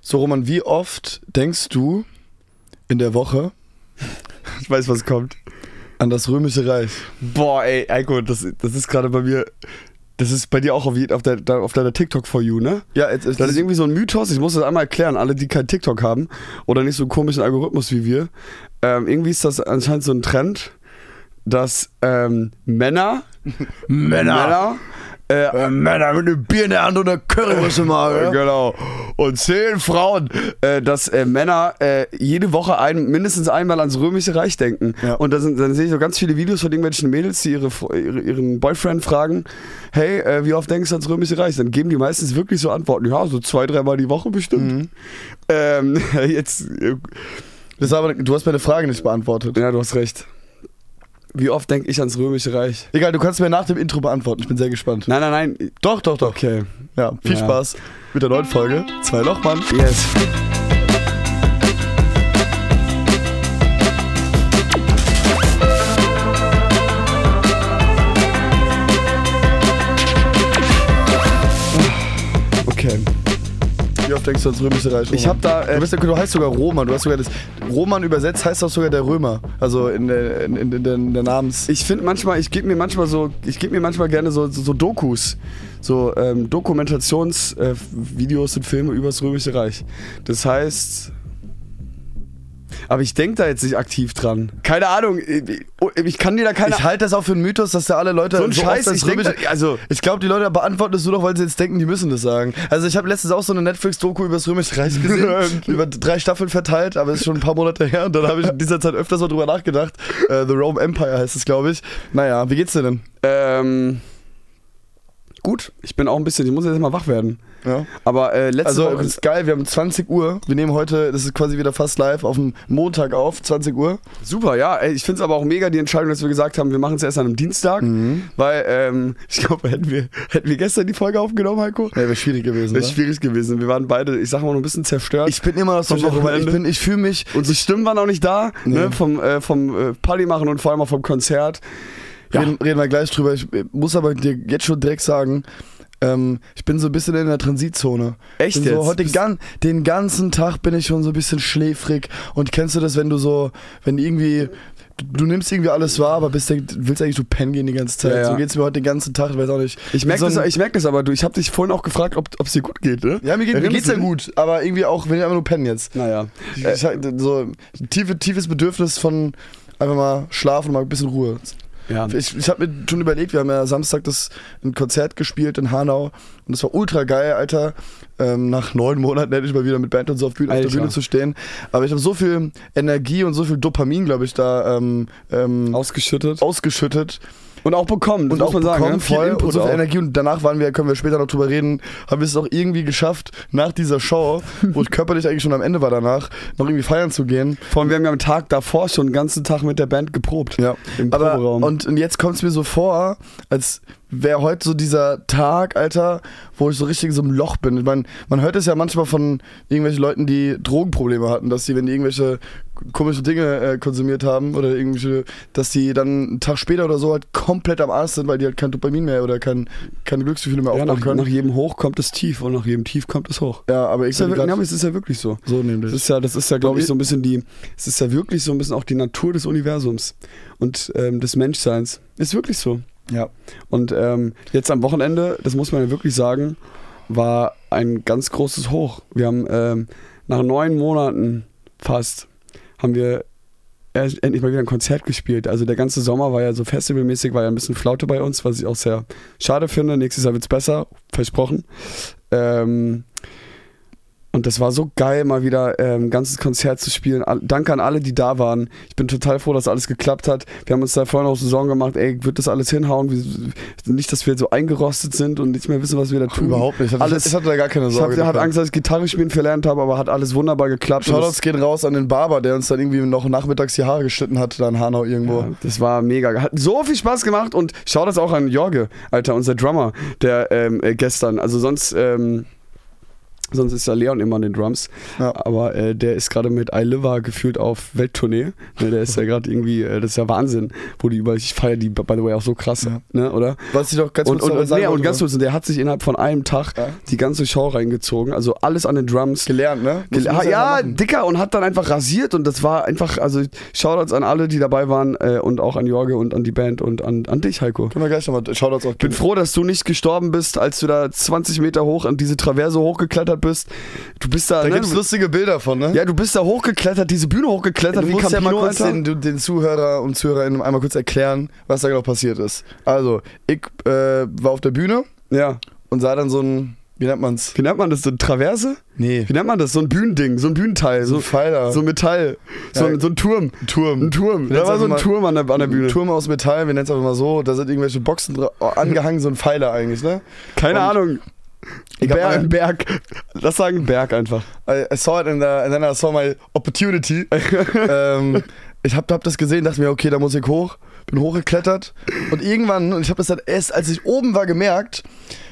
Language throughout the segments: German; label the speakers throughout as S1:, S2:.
S1: So, Roman, wie oft denkst du in der Woche, ich weiß, was kommt, an das Römische Reich?
S2: Boah, ey, Eiko, das, das ist gerade bei mir. Das ist bei dir auch auf, je- auf, der, auf deiner TikTok for You, ne?
S1: Ja, jetzt,
S2: Das ist irgendwie so ein Mythos, ich muss das einmal erklären, alle, die kein TikTok haben oder nicht so einen komischen Algorithmus wie wir. Ähm, irgendwie ist das anscheinend so ein Trend, dass ähm, Männer, Männer, äh,
S1: Äh, Männer mit einem Bier in der Hand und einer Currywurst im
S2: Äh,
S1: Magen.
S2: Genau. Und zehn Frauen, äh, dass äh, Männer äh, jede Woche ein, mindestens einmal ans Römische Reich denken.
S1: Ja.
S2: Und da sind, dann sehe ich so ganz viele Videos von irgendwelchen Mädels, die ihre, Fre- ihre, ihren Boyfriend fragen: Hey, äh, wie oft denkst du ans Römische Reich? Dann geben die meistens wirklich so Antworten: Ja, so zwei, dreimal die Woche bestimmt. Ähm, jetzt, äh,
S1: Das war aber, du hast meine Frage nicht beantwortet.
S2: ja, du hast recht. Wie oft denke ich ans Römische Reich?
S1: Egal, du kannst mir nach dem Intro beantworten. Ich bin sehr gespannt.
S2: Nein, nein, nein.
S1: Doch, doch, doch.
S2: Okay.
S1: Ja, viel
S2: Ja.
S1: Spaß mit der neuen Folge. Zwei Lochmann.
S2: Yes. Okay.
S1: Wie oft denkst du ans Römische Reich?
S2: Ich hab da, äh,
S1: du, bist, ja- du heißt sogar Roman. Du hast sogar das. Roman übersetzt heißt auch sogar der Römer. Also in der, in, in, in der, in der Namens.
S2: Ich finde manchmal, ich gebe mir manchmal so, ich gebe mir manchmal gerne so, so, so Dokus, so ähm, Dokumentationsvideos äh, Videos und Filme übers Römische Reich. Das heißt, aber ich denke da jetzt nicht aktiv dran. Keine Ahnung, ich, ich kann dir da keine.
S1: Ich halte das auch für einen Mythos, dass da alle Leute
S2: so ein
S1: oft
S2: Scheiß,
S1: ans
S2: ich denk
S1: Römische-
S2: da, also
S1: Ich glaube, die Leute beantworten das so doch, weil sie jetzt denken, die müssen das sagen. Also ich habe letztens auch so eine Netflix-Doku über das Römische Reich gesehen, über drei Staffeln verteilt, aber ist schon ein paar Monate her. Und dann habe ich in dieser Zeit öfters mal drüber nachgedacht. Äh, The Rome Empire heißt es, glaube ich. Naja, wie geht's dir denn?
S2: Ähm, gut, ich bin auch ein bisschen, ich muss jetzt mal wach werden.
S1: Ja.
S2: Aber äh, letzte
S1: Also
S2: Woche.
S1: ist geil, wir haben 20 Uhr. Wir nehmen heute, das ist quasi wieder fast live, auf dem Montag auf, 20 Uhr.
S2: Super, ja. Ey, Ich finde es aber auch mega die Entscheidung, dass wir gesagt haben, wir machen es erst an einem Dienstag.
S1: Mhm.
S2: Weil ähm, ich glaube, hätten wir, hätten wir gestern die Folge aufgenommen, Heiko,
S1: Ja, wäre schwierig gewesen.
S2: wäre
S1: Ich,
S2: schwierig gewesen. Wir waren beide, ich sag mal, noch ein bisschen zerstört.
S1: ich bin immer noch so
S2: Vom
S1: Woche, weil ich
S2: Wochenende.
S1: bin, ich fühle mich.
S2: Unsere Stimmen waren auch nicht da, ne, vom, äh, vom äh, Party machen und vor allem auch vom Konzert. Ja.
S1: Reden, reden wir gleich drüber. Ich äh, muss aber dir jetzt schon direkt sagen, ähm, ich bin so ein bisschen in der Transitzone.
S2: Echt
S1: bin
S2: jetzt?
S1: So, heute den,
S2: Bist-
S1: gan den ganzen Tag bin ich schon so ein bisschen schläfrig. Und kennst du das, wenn du so, wenn irgendwie, du, du nimmst irgendwie alles wahr, aber bist, denk- willst eigentlich du pennen gehen die ganze Zeit.
S2: Ja, ja.
S1: So geht's mir heute den ganzen Tag, ich weiß auch nicht.
S2: Ich merke
S1: Bin so
S2: das,
S1: ein-
S2: ich merk das aber, du, ich habe dich vorhin auch gefragt, ob es dir gut geht, ne?
S1: Ja, mir, geht, mir
S2: Erinnerst
S1: geht's ja
S2: du dich?
S1: gut, aber irgendwie auch, wenn ich einfach nur pennen jetzt.
S2: Naja.
S1: Ich,
S2: Äh,
S1: ich, hab so tiefe, tiefes Bedürfnis von einfach mal schlafen, mal ein bisschen Ruhe.
S2: ja.
S1: Ich, ich habe mir schon überlegt, wir haben ja Samstag das ein Konzert gespielt in Hanau und das war ultra geil, Alter. Ähm, nach neun Monaten hätte ich mal wieder mit Band und so auf, Bühne, auf der
S2: Alter.
S1: Bühne zu stehen. Aber ich habe so viel Energie und so viel Dopamin, glaube ich, da ähm, ähm,
S2: Ausgeschüttet.
S1: ausgeschüttet
S2: Und auch bekommen, das
S1: und auch
S2: muss man sagen.
S1: bekommen
S2: ne? Viel
S1: voll und so viel
S2: auch.
S1: Energie und danach waren wir, können wir später noch drüber reden, haben wir es auch irgendwie geschafft, nach dieser Show, wo ich körperlich eigentlich schon am Ende war danach, noch irgendwie feiern zu gehen.
S2: Vor allem, wir haben ja am Tag davor schon den ganzen Tag mit der Band geprobt.
S1: Ja,
S2: Im
S1: aber
S2: Proberaum.
S1: und, und jetzt kommt es mir so vor, als wäre heute so dieser Tag, Alter, wo ich so richtig in so einem Loch bin. Ich meine, man hört es ja manchmal von irgendwelchen Leuten, die Drogenprobleme hatten, dass die, wenn die irgendwelche komische Dinge äh, konsumiert haben oder irgendwelche, dass die dann einen Tag später oder so halt komplett am Arsch sind, weil die halt kein Dopamin mehr oder kein, keine Glücksgefühle mehr
S2: ja,
S1: aufbauen
S2: nach,
S1: können.
S2: nach jedem Hoch kommt es tief und nach jedem Tief kommt es hoch.
S1: ja, aber ich
S2: Ist ja,
S1: bin
S2: wirklich, ja,
S1: grad
S2: aber es ist ja wirklich so.
S1: so
S2: Das
S1: nämlich.
S2: ist ja, das ist ja,
S1: Und
S2: glaube ich,
S1: ich-
S2: so ein bisschen die, es ist ja wirklich so ein bisschen auch die Natur des Universums und ähm, des Menschseins. Ist wirklich so.
S1: Ja.
S2: Und ähm, jetzt am Wochenende, das muss man ja wirklich sagen, war ein ganz großes Hoch. Wir haben ähm, nach neun Monaten fast, haben wir erst endlich mal wieder ein Konzert gespielt. Also der ganze Sommer war ja so festivalmäßig, war ja ein bisschen Flaute bei uns, was ich auch sehr schade finde. Nächstes Jahr wird es besser, versprochen. Ähm, und das war so geil, mal wieder ähm, ein ganzes Konzert zu spielen. All- Danke an alle, die da waren. Ich bin total froh, dass alles geklappt hat. Wir haben uns da vorhin auch so Sorgen gemacht, ey, wird das alles hinhauen? Wie, nicht, dass wir so eingerostet sind und nicht mehr wissen, was wir da tun.
S1: Überhaupt nicht. Ich hatte,
S2: Alles-
S1: ich hatte da gar keine
S2: Ich
S1: Sorge.
S2: habe hab
S1: davon.
S2: Angst, dass ich Gitarre spielen verlernt habe, aber hat alles wunderbar geklappt. Und
S1: Shoutouts gehen raus an den Barber, der uns dann irgendwie noch nachmittags die Haare geschnitten hat, da in Hanau irgendwo.
S2: Ja, das war mega. Hat so viel Spaß gemacht und schau das auch an Jorge, Alter, unser Drummer, der ähm, äh, gestern, also sonst ähm, Sonst ist ja Leon immer an den Drums.
S1: Ja.
S2: Aber äh, der ist gerade mit Iliva gefühlt auf Welttournee. Ne, der ist ja gerade irgendwie, äh, das ist ja Wahnsinn, wo die überall, ich feiere die, by the way, auch so krass,
S1: Ja.
S2: ne, oder?
S1: Was ich doch ganz
S2: Und,
S1: kurz
S2: und,
S1: noch
S2: und,
S1: sagen
S2: nee, und
S1: wollte,
S2: ganz
S1: war-
S2: kurz, und der hat sich innerhalb von einem Tag
S1: Ja.
S2: die ganze Show reingezogen. Also alles an den Drums.
S1: gelernt, ne? Muss-
S2: Gel-
S1: muss
S2: ah,
S1: er
S2: ja,
S1: machen.
S2: dicker und hat dann einfach rasiert und das war einfach, also Shoutouts an alle, die dabei waren äh, und auch an Jorge und an die Band und an, an dich, Heiko.
S1: Können wir gleich nochmal. Shoutouts auch.
S2: Ich bin froh, dass du nicht gestorben bist, als du da 20 Meter hoch an diese Traverse hochgeklettert bist. Du bist da,
S1: Da
S2: ne,
S1: gibt's
S2: du,
S1: lustige Bilder von, ne?
S2: ja, du bist da hochgeklettert, diese Bühne hochgeklettert,
S1: Du
S2: wie
S1: musst ja mal
S2: Campino,
S1: kurz
S2: Alter.
S1: den, du- den Zuhörer und Zuhörerinnen einmal kurz erklären, was da genau passiert ist. Also, ich äh, war auf der Bühne
S2: ja.
S1: und sah dann so ein, wie nennt man's?
S2: Wie nennt man das? So eine Traverse?
S1: Nee,
S2: Wie nennt man das? So ein Bühnending, so ein Bühnenteil, so,
S1: so ein Pfeiler.
S2: so ein Metall, so,
S1: Ja.
S2: ein- so ein Turm.
S1: Turm.
S2: Ein Turm.
S1: Wir
S2: Da war
S1: net's
S2: so ein
S1: einfach
S2: Turm an der, an der Bühne.
S1: Turm aus Metall, wir nennen es einfach mal so. Da sind irgendwelche Boxen dra- angehangen, so ein Pfeiler eigentlich, ne?
S2: Keine
S1: Und-
S2: Ahnung.
S1: Ich hab
S2: Ber-
S1: mal-
S2: ein Berg. Lass sagen Berg einfach.
S1: I, I saw it in the, and then I saw my opportunity. ähm, ich hab, hab das gesehen, dachte mir, okay, da muss ich hoch. Bin hochgeklettert und irgendwann, und ich habe das dann erst, als ich oben war, gemerkt,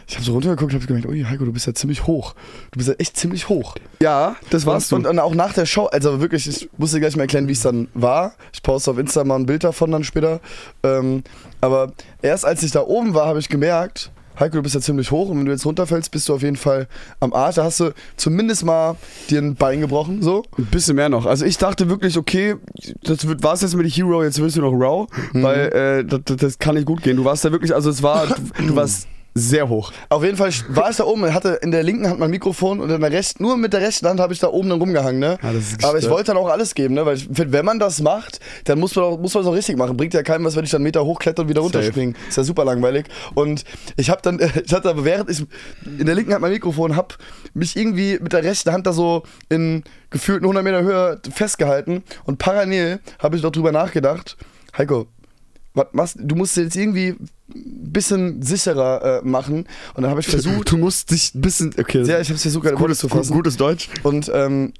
S1: ich habe so runtergeguckt, habe gemerkt, ui, Heiko, du bist ja ziemlich hoch. Du bist ja echt ziemlich hoch.
S2: Ja, das äh, warst
S1: und,
S2: du.
S1: Und, und auch nach der Show, also wirklich, ich musste gleich mal erklären, wie es dann war. Ich poste auf Insta mal ein Bild davon dann später. Ähm, aber erst als ich da oben war, habe ich gemerkt, Heiko, du bist ja ziemlich hoch und wenn du jetzt runterfällst, bist du auf jeden Fall am Arsch. Da hast du zumindest mal dir ein Bein gebrochen, so.
S2: Ein bisschen mehr noch. Also ich dachte wirklich, okay, das wird, war's jetzt mit Hero, jetzt wirst du noch Raw, weil äh, das, das, das kann nicht gut gehen. Du warst da wirklich, also es war, du, du warst sehr hoch.
S1: Auf jeden Fall war ich da oben und hatte in der linken Hand mein Mikrofon und in der rechten, nur mit der rechten Hand habe ich da oben dann rumgehangen, ne?
S2: Ja, Ah, das ist
S1: Aber ich
S2: gestört.
S1: wollte dann auch alles geben, ne? Weil ich finde, wenn man das macht, dann muss man auch- muss man es auch richtig machen. Bringt ja keinem was, wenn ich dann einen Meter hochkletter und wieder
S2: Safe.
S1: runterspringen. Ist ja super langweilig. Und ich habe dann, ich hatte aber während ich in der linken Hand mein Mikrofon habe, mich irgendwie mit der rechten Hand da so in gefühlten 100 Meter Höhe festgehalten und parallel habe ich noch drüber nachgedacht, Heiko, was machst, du musst jetzt irgendwie ein bisschen sicherer äh, machen. Und dann habe ich versucht,
S2: Du musst dich ein bisschen, okay,
S1: ja, ich habe es versucht, gerade Worte
S2: gutes,
S1: zu fassen.
S2: gutes Deutsch.
S1: Und, ähm,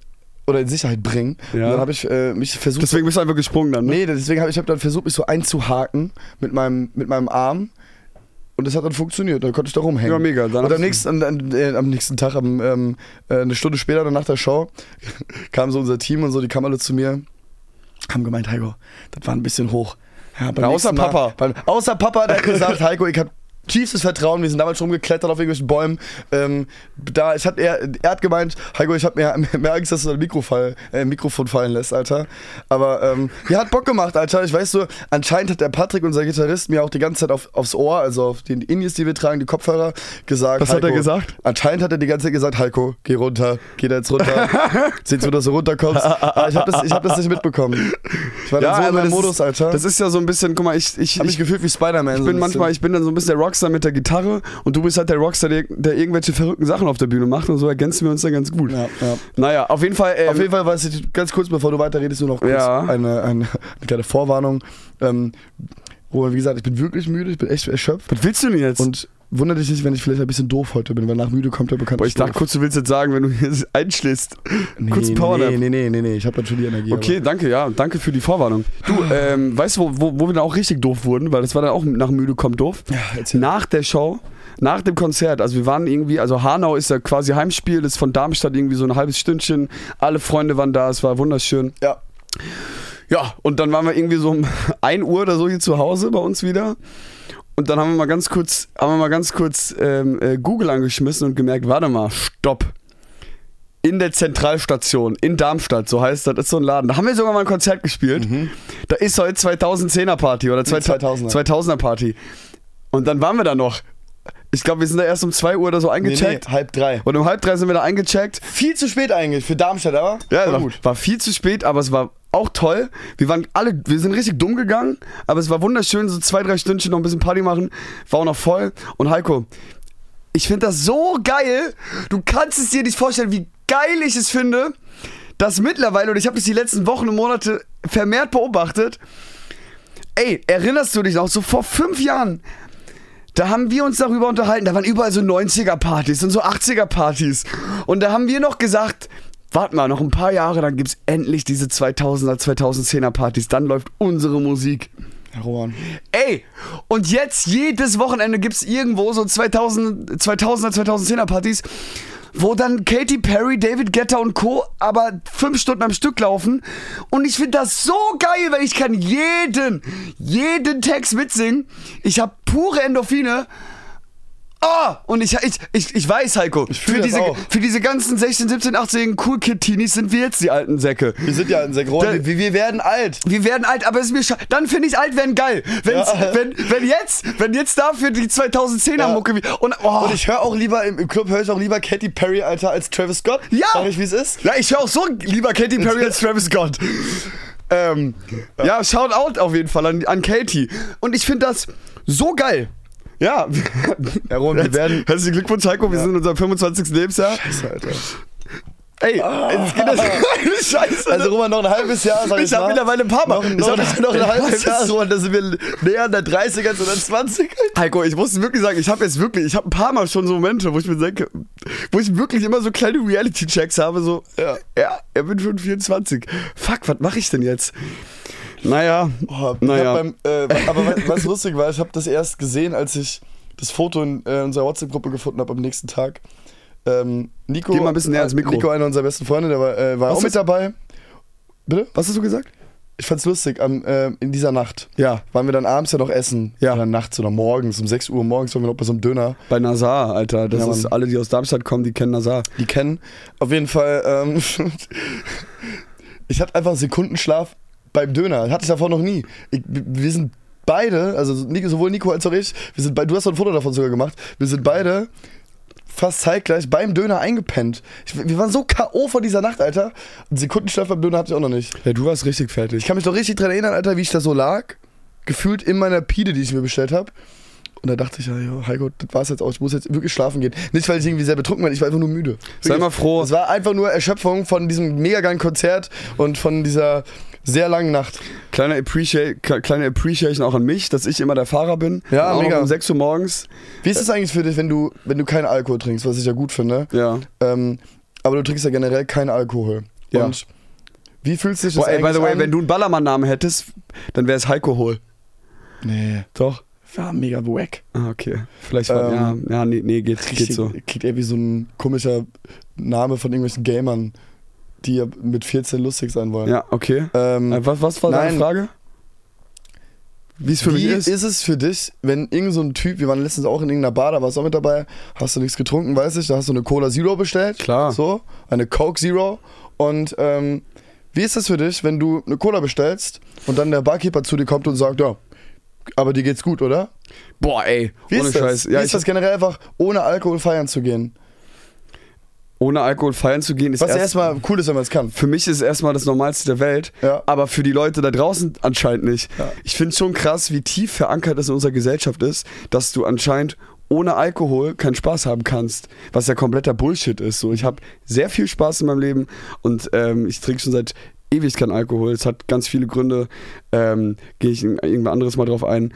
S1: oder in Sicherheit bringen.
S2: Ja.
S1: Und dann habe ich äh, mich versucht.
S2: Deswegen bist du einfach gesprungen dann, ne?
S1: nee, deswegen habe ich hab dann versucht, mich so einzuhaken mit meinem, mit meinem Arm. Und das hat dann funktioniert. Dann konnte ich da rumhängen.
S2: Ja, mega.
S1: und
S2: Dann hast
S1: am
S2: du-
S1: nächsten, an, äh, am nächsten Tag, am, ähm, äh, eine Stunde später, dann nach der Show, kam so unser Team und so, die kamen alle zu mir, haben gemeint, Heiko, das war ein bisschen hoch. Ja, beim
S2: Ja, außer
S1: nächsten Mal-
S2: Papa.
S1: Beim, außer Papa, der hat gesagt, Heiko, ich hab tiefstes Vertrauen, wir sind damals schon rumgeklettert auf irgendwelchen Bäumen. Ähm, da, ich hab, er, er hat gemeint, Heiko, ich hab mehr, mehr Angst, dass du dein Mikrofall, äh, Mikrofon fallen lässt, Alter. Aber ähm, ja, hat Bock gemacht, Alter. Ich weiß so, anscheinend hat der Patrick, unser Gitarrist, mir auch die ganze Zeit auf, aufs Ohr, also auf den Indies, die wir tragen, die Kopfhörer, gesagt.
S2: Was hat er
S1: Heiko,
S2: gesagt?
S1: Anscheinend hat er die ganze Zeit gesagt, Heiko, geh runter, geh da jetzt runter. Sieh zu, dass du runterkommst. Aber ich hab das, ich hab das nicht mitbekommen. Ich war dann so in
S2: aber
S1: meinem
S2: das
S1: Modus,
S2: ist,
S1: Alter.
S2: Das ist ja so ein bisschen, guck mal, ich, ich,
S1: Hab mich
S2: ich
S1: gefühlt wie Spider-Man.
S2: Ich bin manchmal, ich bin dann so ein bisschen der Rockstar mit der Gitarre und du bist halt der Rockstar, der, der irgendwelche verrückten Sachen auf der Bühne macht und so ergänzen wir uns dann ganz gut.
S1: Ja, ja.
S2: Naja, auf jeden Fall. Ähm,
S1: Auf jeden Fall weiß ich ganz kurz, bevor du weiterredest, nur noch kurz
S2: Ja.
S1: eine, eine, eine kleine Vorwarnung. Ähm, Roman, wie gesagt, ich bin wirklich müde, ich bin echt erschöpft.
S2: was willst du denn jetzt?
S1: Und wundere dich nicht, wenn ich vielleicht ein bisschen doof heute bin, weil nach müde kommt der bekannt.
S2: Boah, ich dachte kurz, du willst jetzt sagen, wenn du hier einschläfst. kurz Powernap.
S1: Nee, nee, nee, nee, nee, ich habe dann schon die Energie.
S2: Okay, danke, ja, danke für die Vorwarnung. Du, ähm, weißt du, wo, wo, wo wir dann auch richtig doof wurden, weil das war dann auch nach müde kommt doof.
S1: aber- Ja, erzähl.
S2: Nach der Show, nach dem Konzert, also wir waren irgendwie, also Hanau ist ja quasi Heimspiel, das ist von Darmstadt irgendwie so ein halbes Stündchen. Alle Freunde waren da, es war wunderschön.
S1: ja.
S2: Ja, und dann waren wir irgendwie so um 1 Uhr oder so hier zu Hause bei uns wieder. Und dann haben wir mal ganz kurz, haben wir mal ganz kurz ähm, äh, Google angeschmissen und gemerkt, warte mal, stopp. In der Zentralstation, in Darmstadt, so heißt das, ist so ein Laden. Da haben wir sogar mal ein Konzert gespielt. Da ist heute 2010er Party oder 2000,
S1: 2000er.
S2: 2000er Party. Und dann waren wir da noch. Ich glaube, wir sind da erst um 2 Uhr oder so
S1: Nee, nee,
S2: eingecheckt.
S1: halb drei.
S2: Und um halb drei sind wir da eingecheckt.
S1: Viel zu spät eigentlich für Darmstadt, aber
S2: Ja,
S1: voll
S2: war, war viel zu spät, aber es war auch toll. Wir waren alle, wir sind richtig dumm gegangen, aber es war wunderschön, so zwei, drei Stündchen noch ein bisschen Party machen, war auch noch voll. Und Heiko, ich finde das so geil, du kannst es dir nicht vorstellen, wie geil ich es finde, dass mittlerweile, und ich habe das die letzten Wochen und Monate vermehrt beobachtet, ey, erinnerst du dich noch, so vor fünf Jahren, da haben wir uns darüber unterhalten. Da waren überall so 90er-Partys und so 80er-Partys. Und da haben wir noch gesagt, warte mal, noch ein paar Jahre, dann gibt's endlich diese 2000er, 2010er-Partys. Dann läuft unsere Musik.
S1: Herr Roman.
S2: Ey, und jetzt jedes Wochenende gibt's irgendwo so 2000, 2000er, 2010er-Partys. wo dann Katy Perry, David Guetta und Co. aber fünf Stunden am Stück laufen. Und ich finde das so geil, weil ich kann jeden, jeden Text mitsingen. Ich habe pure Endorphine. Ah! Und ich, ich, ich, ich weiß, Heiko,
S1: fühl
S2: für,
S1: das
S2: diese,
S1: auch.
S2: für diese ganzen 16, 17, 18 Cool-Kid-Teenies sind wir jetzt die alten Säcke.
S1: Wir sind ja in Sekron.
S2: Da-
S1: Wir, wir werden alt.
S2: Wir werden alt, aber es ist mir scha- Dann finde ich alt werden geil. Wenn's,
S1: Ja.
S2: wenn, wenn jetzt, wenn jetzt dafür die 2010er
S1: Ja.
S2: Mucke wie. Und, oh,
S1: Und ich höre auch lieber, im, im Club höre ich auch lieber Katy Perry, Alter, als Travis Scott.
S2: Ja.
S1: Sag ich, wie es ist.
S2: ja, ich höre auch so lieber Katy Perry als Travis Scott. Ähm, ja, shout out auf jeden Fall an, an Katy. Und ich finde das so geil. Ja.
S1: Ja, Ron, wir werden-
S2: Herzlichen Glückwunsch, Heiko. Wir sind in unserem 25. Lebensjahr.
S1: Scheiße, Alter.
S2: Ey, es geht das. Scheiße.
S1: Also Roman, noch ein halbes Jahr, sag ich,
S2: ich habe
S1: mal.
S2: mittlerweile ein paar Mal.
S1: noch,
S2: Ich
S1: noch,
S2: hab-
S1: noch, noch ein halbes
S2: Was?
S1: Jahr, Roman, da sind wir näher an der 30er als an der 20er.
S2: Heiko, ich muss wirklich sagen, ich habe jetzt wirklich, ich habe ein paar Mal schon so Momente, wo ich mir denke, wo ich wirklich immer so kleine Reality-Checks habe, so, ja, ja ich bin schon 24. Fuck, was mache ich denn jetzt? Naja,
S1: Boah, ich
S2: naja.
S1: hab beim, äh, aber was, was lustig war, ich habe das erst gesehen, als ich das Foto in äh, unserer WhatsApp-Gruppe gefunden habe am nächsten Tag. Ähm, Nico,
S2: Geh mal ein bisschen näher ans Mikro.
S1: Nico, einer unserer besten Freunde, der war, äh, war
S2: Was
S1: auch mit
S2: ist-
S1: dabei. Bitte?
S2: was hast du gesagt?
S1: Ich fand's lustig, am, äh, in dieser Nacht
S2: Ja,
S1: waren wir dann abends ja noch essen.
S2: Ja.
S1: Oder nachts oder morgens, um 6 Uhr morgens waren wir noch bei so einem Döner.
S2: bei Nazar, Alter. Das
S1: Ja,
S2: ist,
S1: Mann.
S2: alle, die aus Darmstadt kommen, die kennen Nazar.
S1: die kennen. Auf jeden Fall, ähm, ich hatte einfach Sekundenschlaf beim Döner. Hatte ich davor noch nie. Ich, wir sind beide, also Nico- sowohl Nico als auch ich, wir sind bei, du hast doch ein Foto davon sogar gemacht, wir sind beide fast zeitgleich beim Döner eingepennt. Ich, wir waren so K.O. von dieser Nacht, Alter. Einen Sekundenschlaf beim Döner hatte ich auch noch nicht.
S2: Ja, du warst richtig fertig.
S1: Ich kann mich doch richtig dran erinnern, Alter, wie ich da so lag. Gefühlt in meiner Pide, die ich mir bestellt habe. Und da dachte ich, ja, jo, Heiko, das war's jetzt auch. Ich muss jetzt wirklich schlafen gehen. Nicht, weil ich irgendwie sehr betrunken war, ich war einfach nur müde.
S2: Sei
S1: Wirklich.
S2: mal froh.
S1: Es war einfach nur Erschöpfung von diesem mega geilen Konzert und von dieser sehr langen Nacht.
S2: Kleine, Appreciate, kleine Appreciation auch an mich, dass ich immer der Fahrer bin.
S1: Ja,
S2: auch noch
S1: mega.
S2: Um 6 Uhr morgens.
S1: Wie ist es eigentlich für dich, wenn du, wenn du keinen Alkohol trinkst, was ich ja gut finde?
S2: Ja.
S1: Ähm, aber du trinkst ja generell keinen Alkohol.
S2: Ja.
S1: Und wie fühlst du dich das
S2: Boah, ey, by
S1: eigentlich
S2: the way,
S1: an?
S2: wenn du einen Ballermann-Namen hättest, dann wäre es Heiko Hohl.
S1: Nee,
S2: Doch.
S1: war mega wack.
S2: Ah, okay. Vielleicht war.
S1: Ähm,
S2: ja, ja, nee, nee geht, geht
S1: Richtig,
S2: so.
S1: Klingt eher wie so ein komischer Name von irgendwelchen Gamern, die ja mit 14 lustig sein wollen.
S2: Ja, okay.
S1: Ähm,
S2: Äh, Was, was war
S1: Nein.
S2: deine Frage? Wie es für
S1: Wie
S2: mich ist?
S1: ist. es für dich, wenn irgend so ein Typ, wir waren letztens auch in irgendeiner Bar, da warst du auch mit dabei, hast du nichts getrunken, weiß ich, da hast du eine Cola Zero bestellt.
S2: Klar.
S1: So, eine Coke Zero. Und ähm, wie ist es für dich, wenn du eine Cola bestellst und dann der Barkeeper zu dir kommt und sagt, ja, aber dir geht's gut, oder?
S2: Boah, ey.
S1: Wie
S2: ohne
S1: ist das?
S2: Scheiß.
S1: wie
S2: Ja,
S1: ist
S2: ich,
S1: das generell einfach, ohne Alkohol feiern zu gehen?
S2: ohne Alkohol feiern zu gehen, ist
S1: Was ja
S2: erst,
S1: erstmal cool ist, wenn man es kann.
S2: für mich ist erstmal das Normalste der Welt,
S1: Ja.
S2: aber für die Leute da draußen anscheinend nicht.
S1: Ja.
S2: Ich finde schon krass, wie tief verankert es in unserer Gesellschaft ist, dass du anscheinend ohne Alkohol keinen Spaß haben kannst, was ja kompletter Bullshit ist. So, ich habe sehr viel Spaß in meinem Leben und ähm, ich trinke schon seit ewig keinen Alkohol. Es hat ganz viele Gründe. Ähm, Gehe ich in- irgendwann anderes mal drauf ein.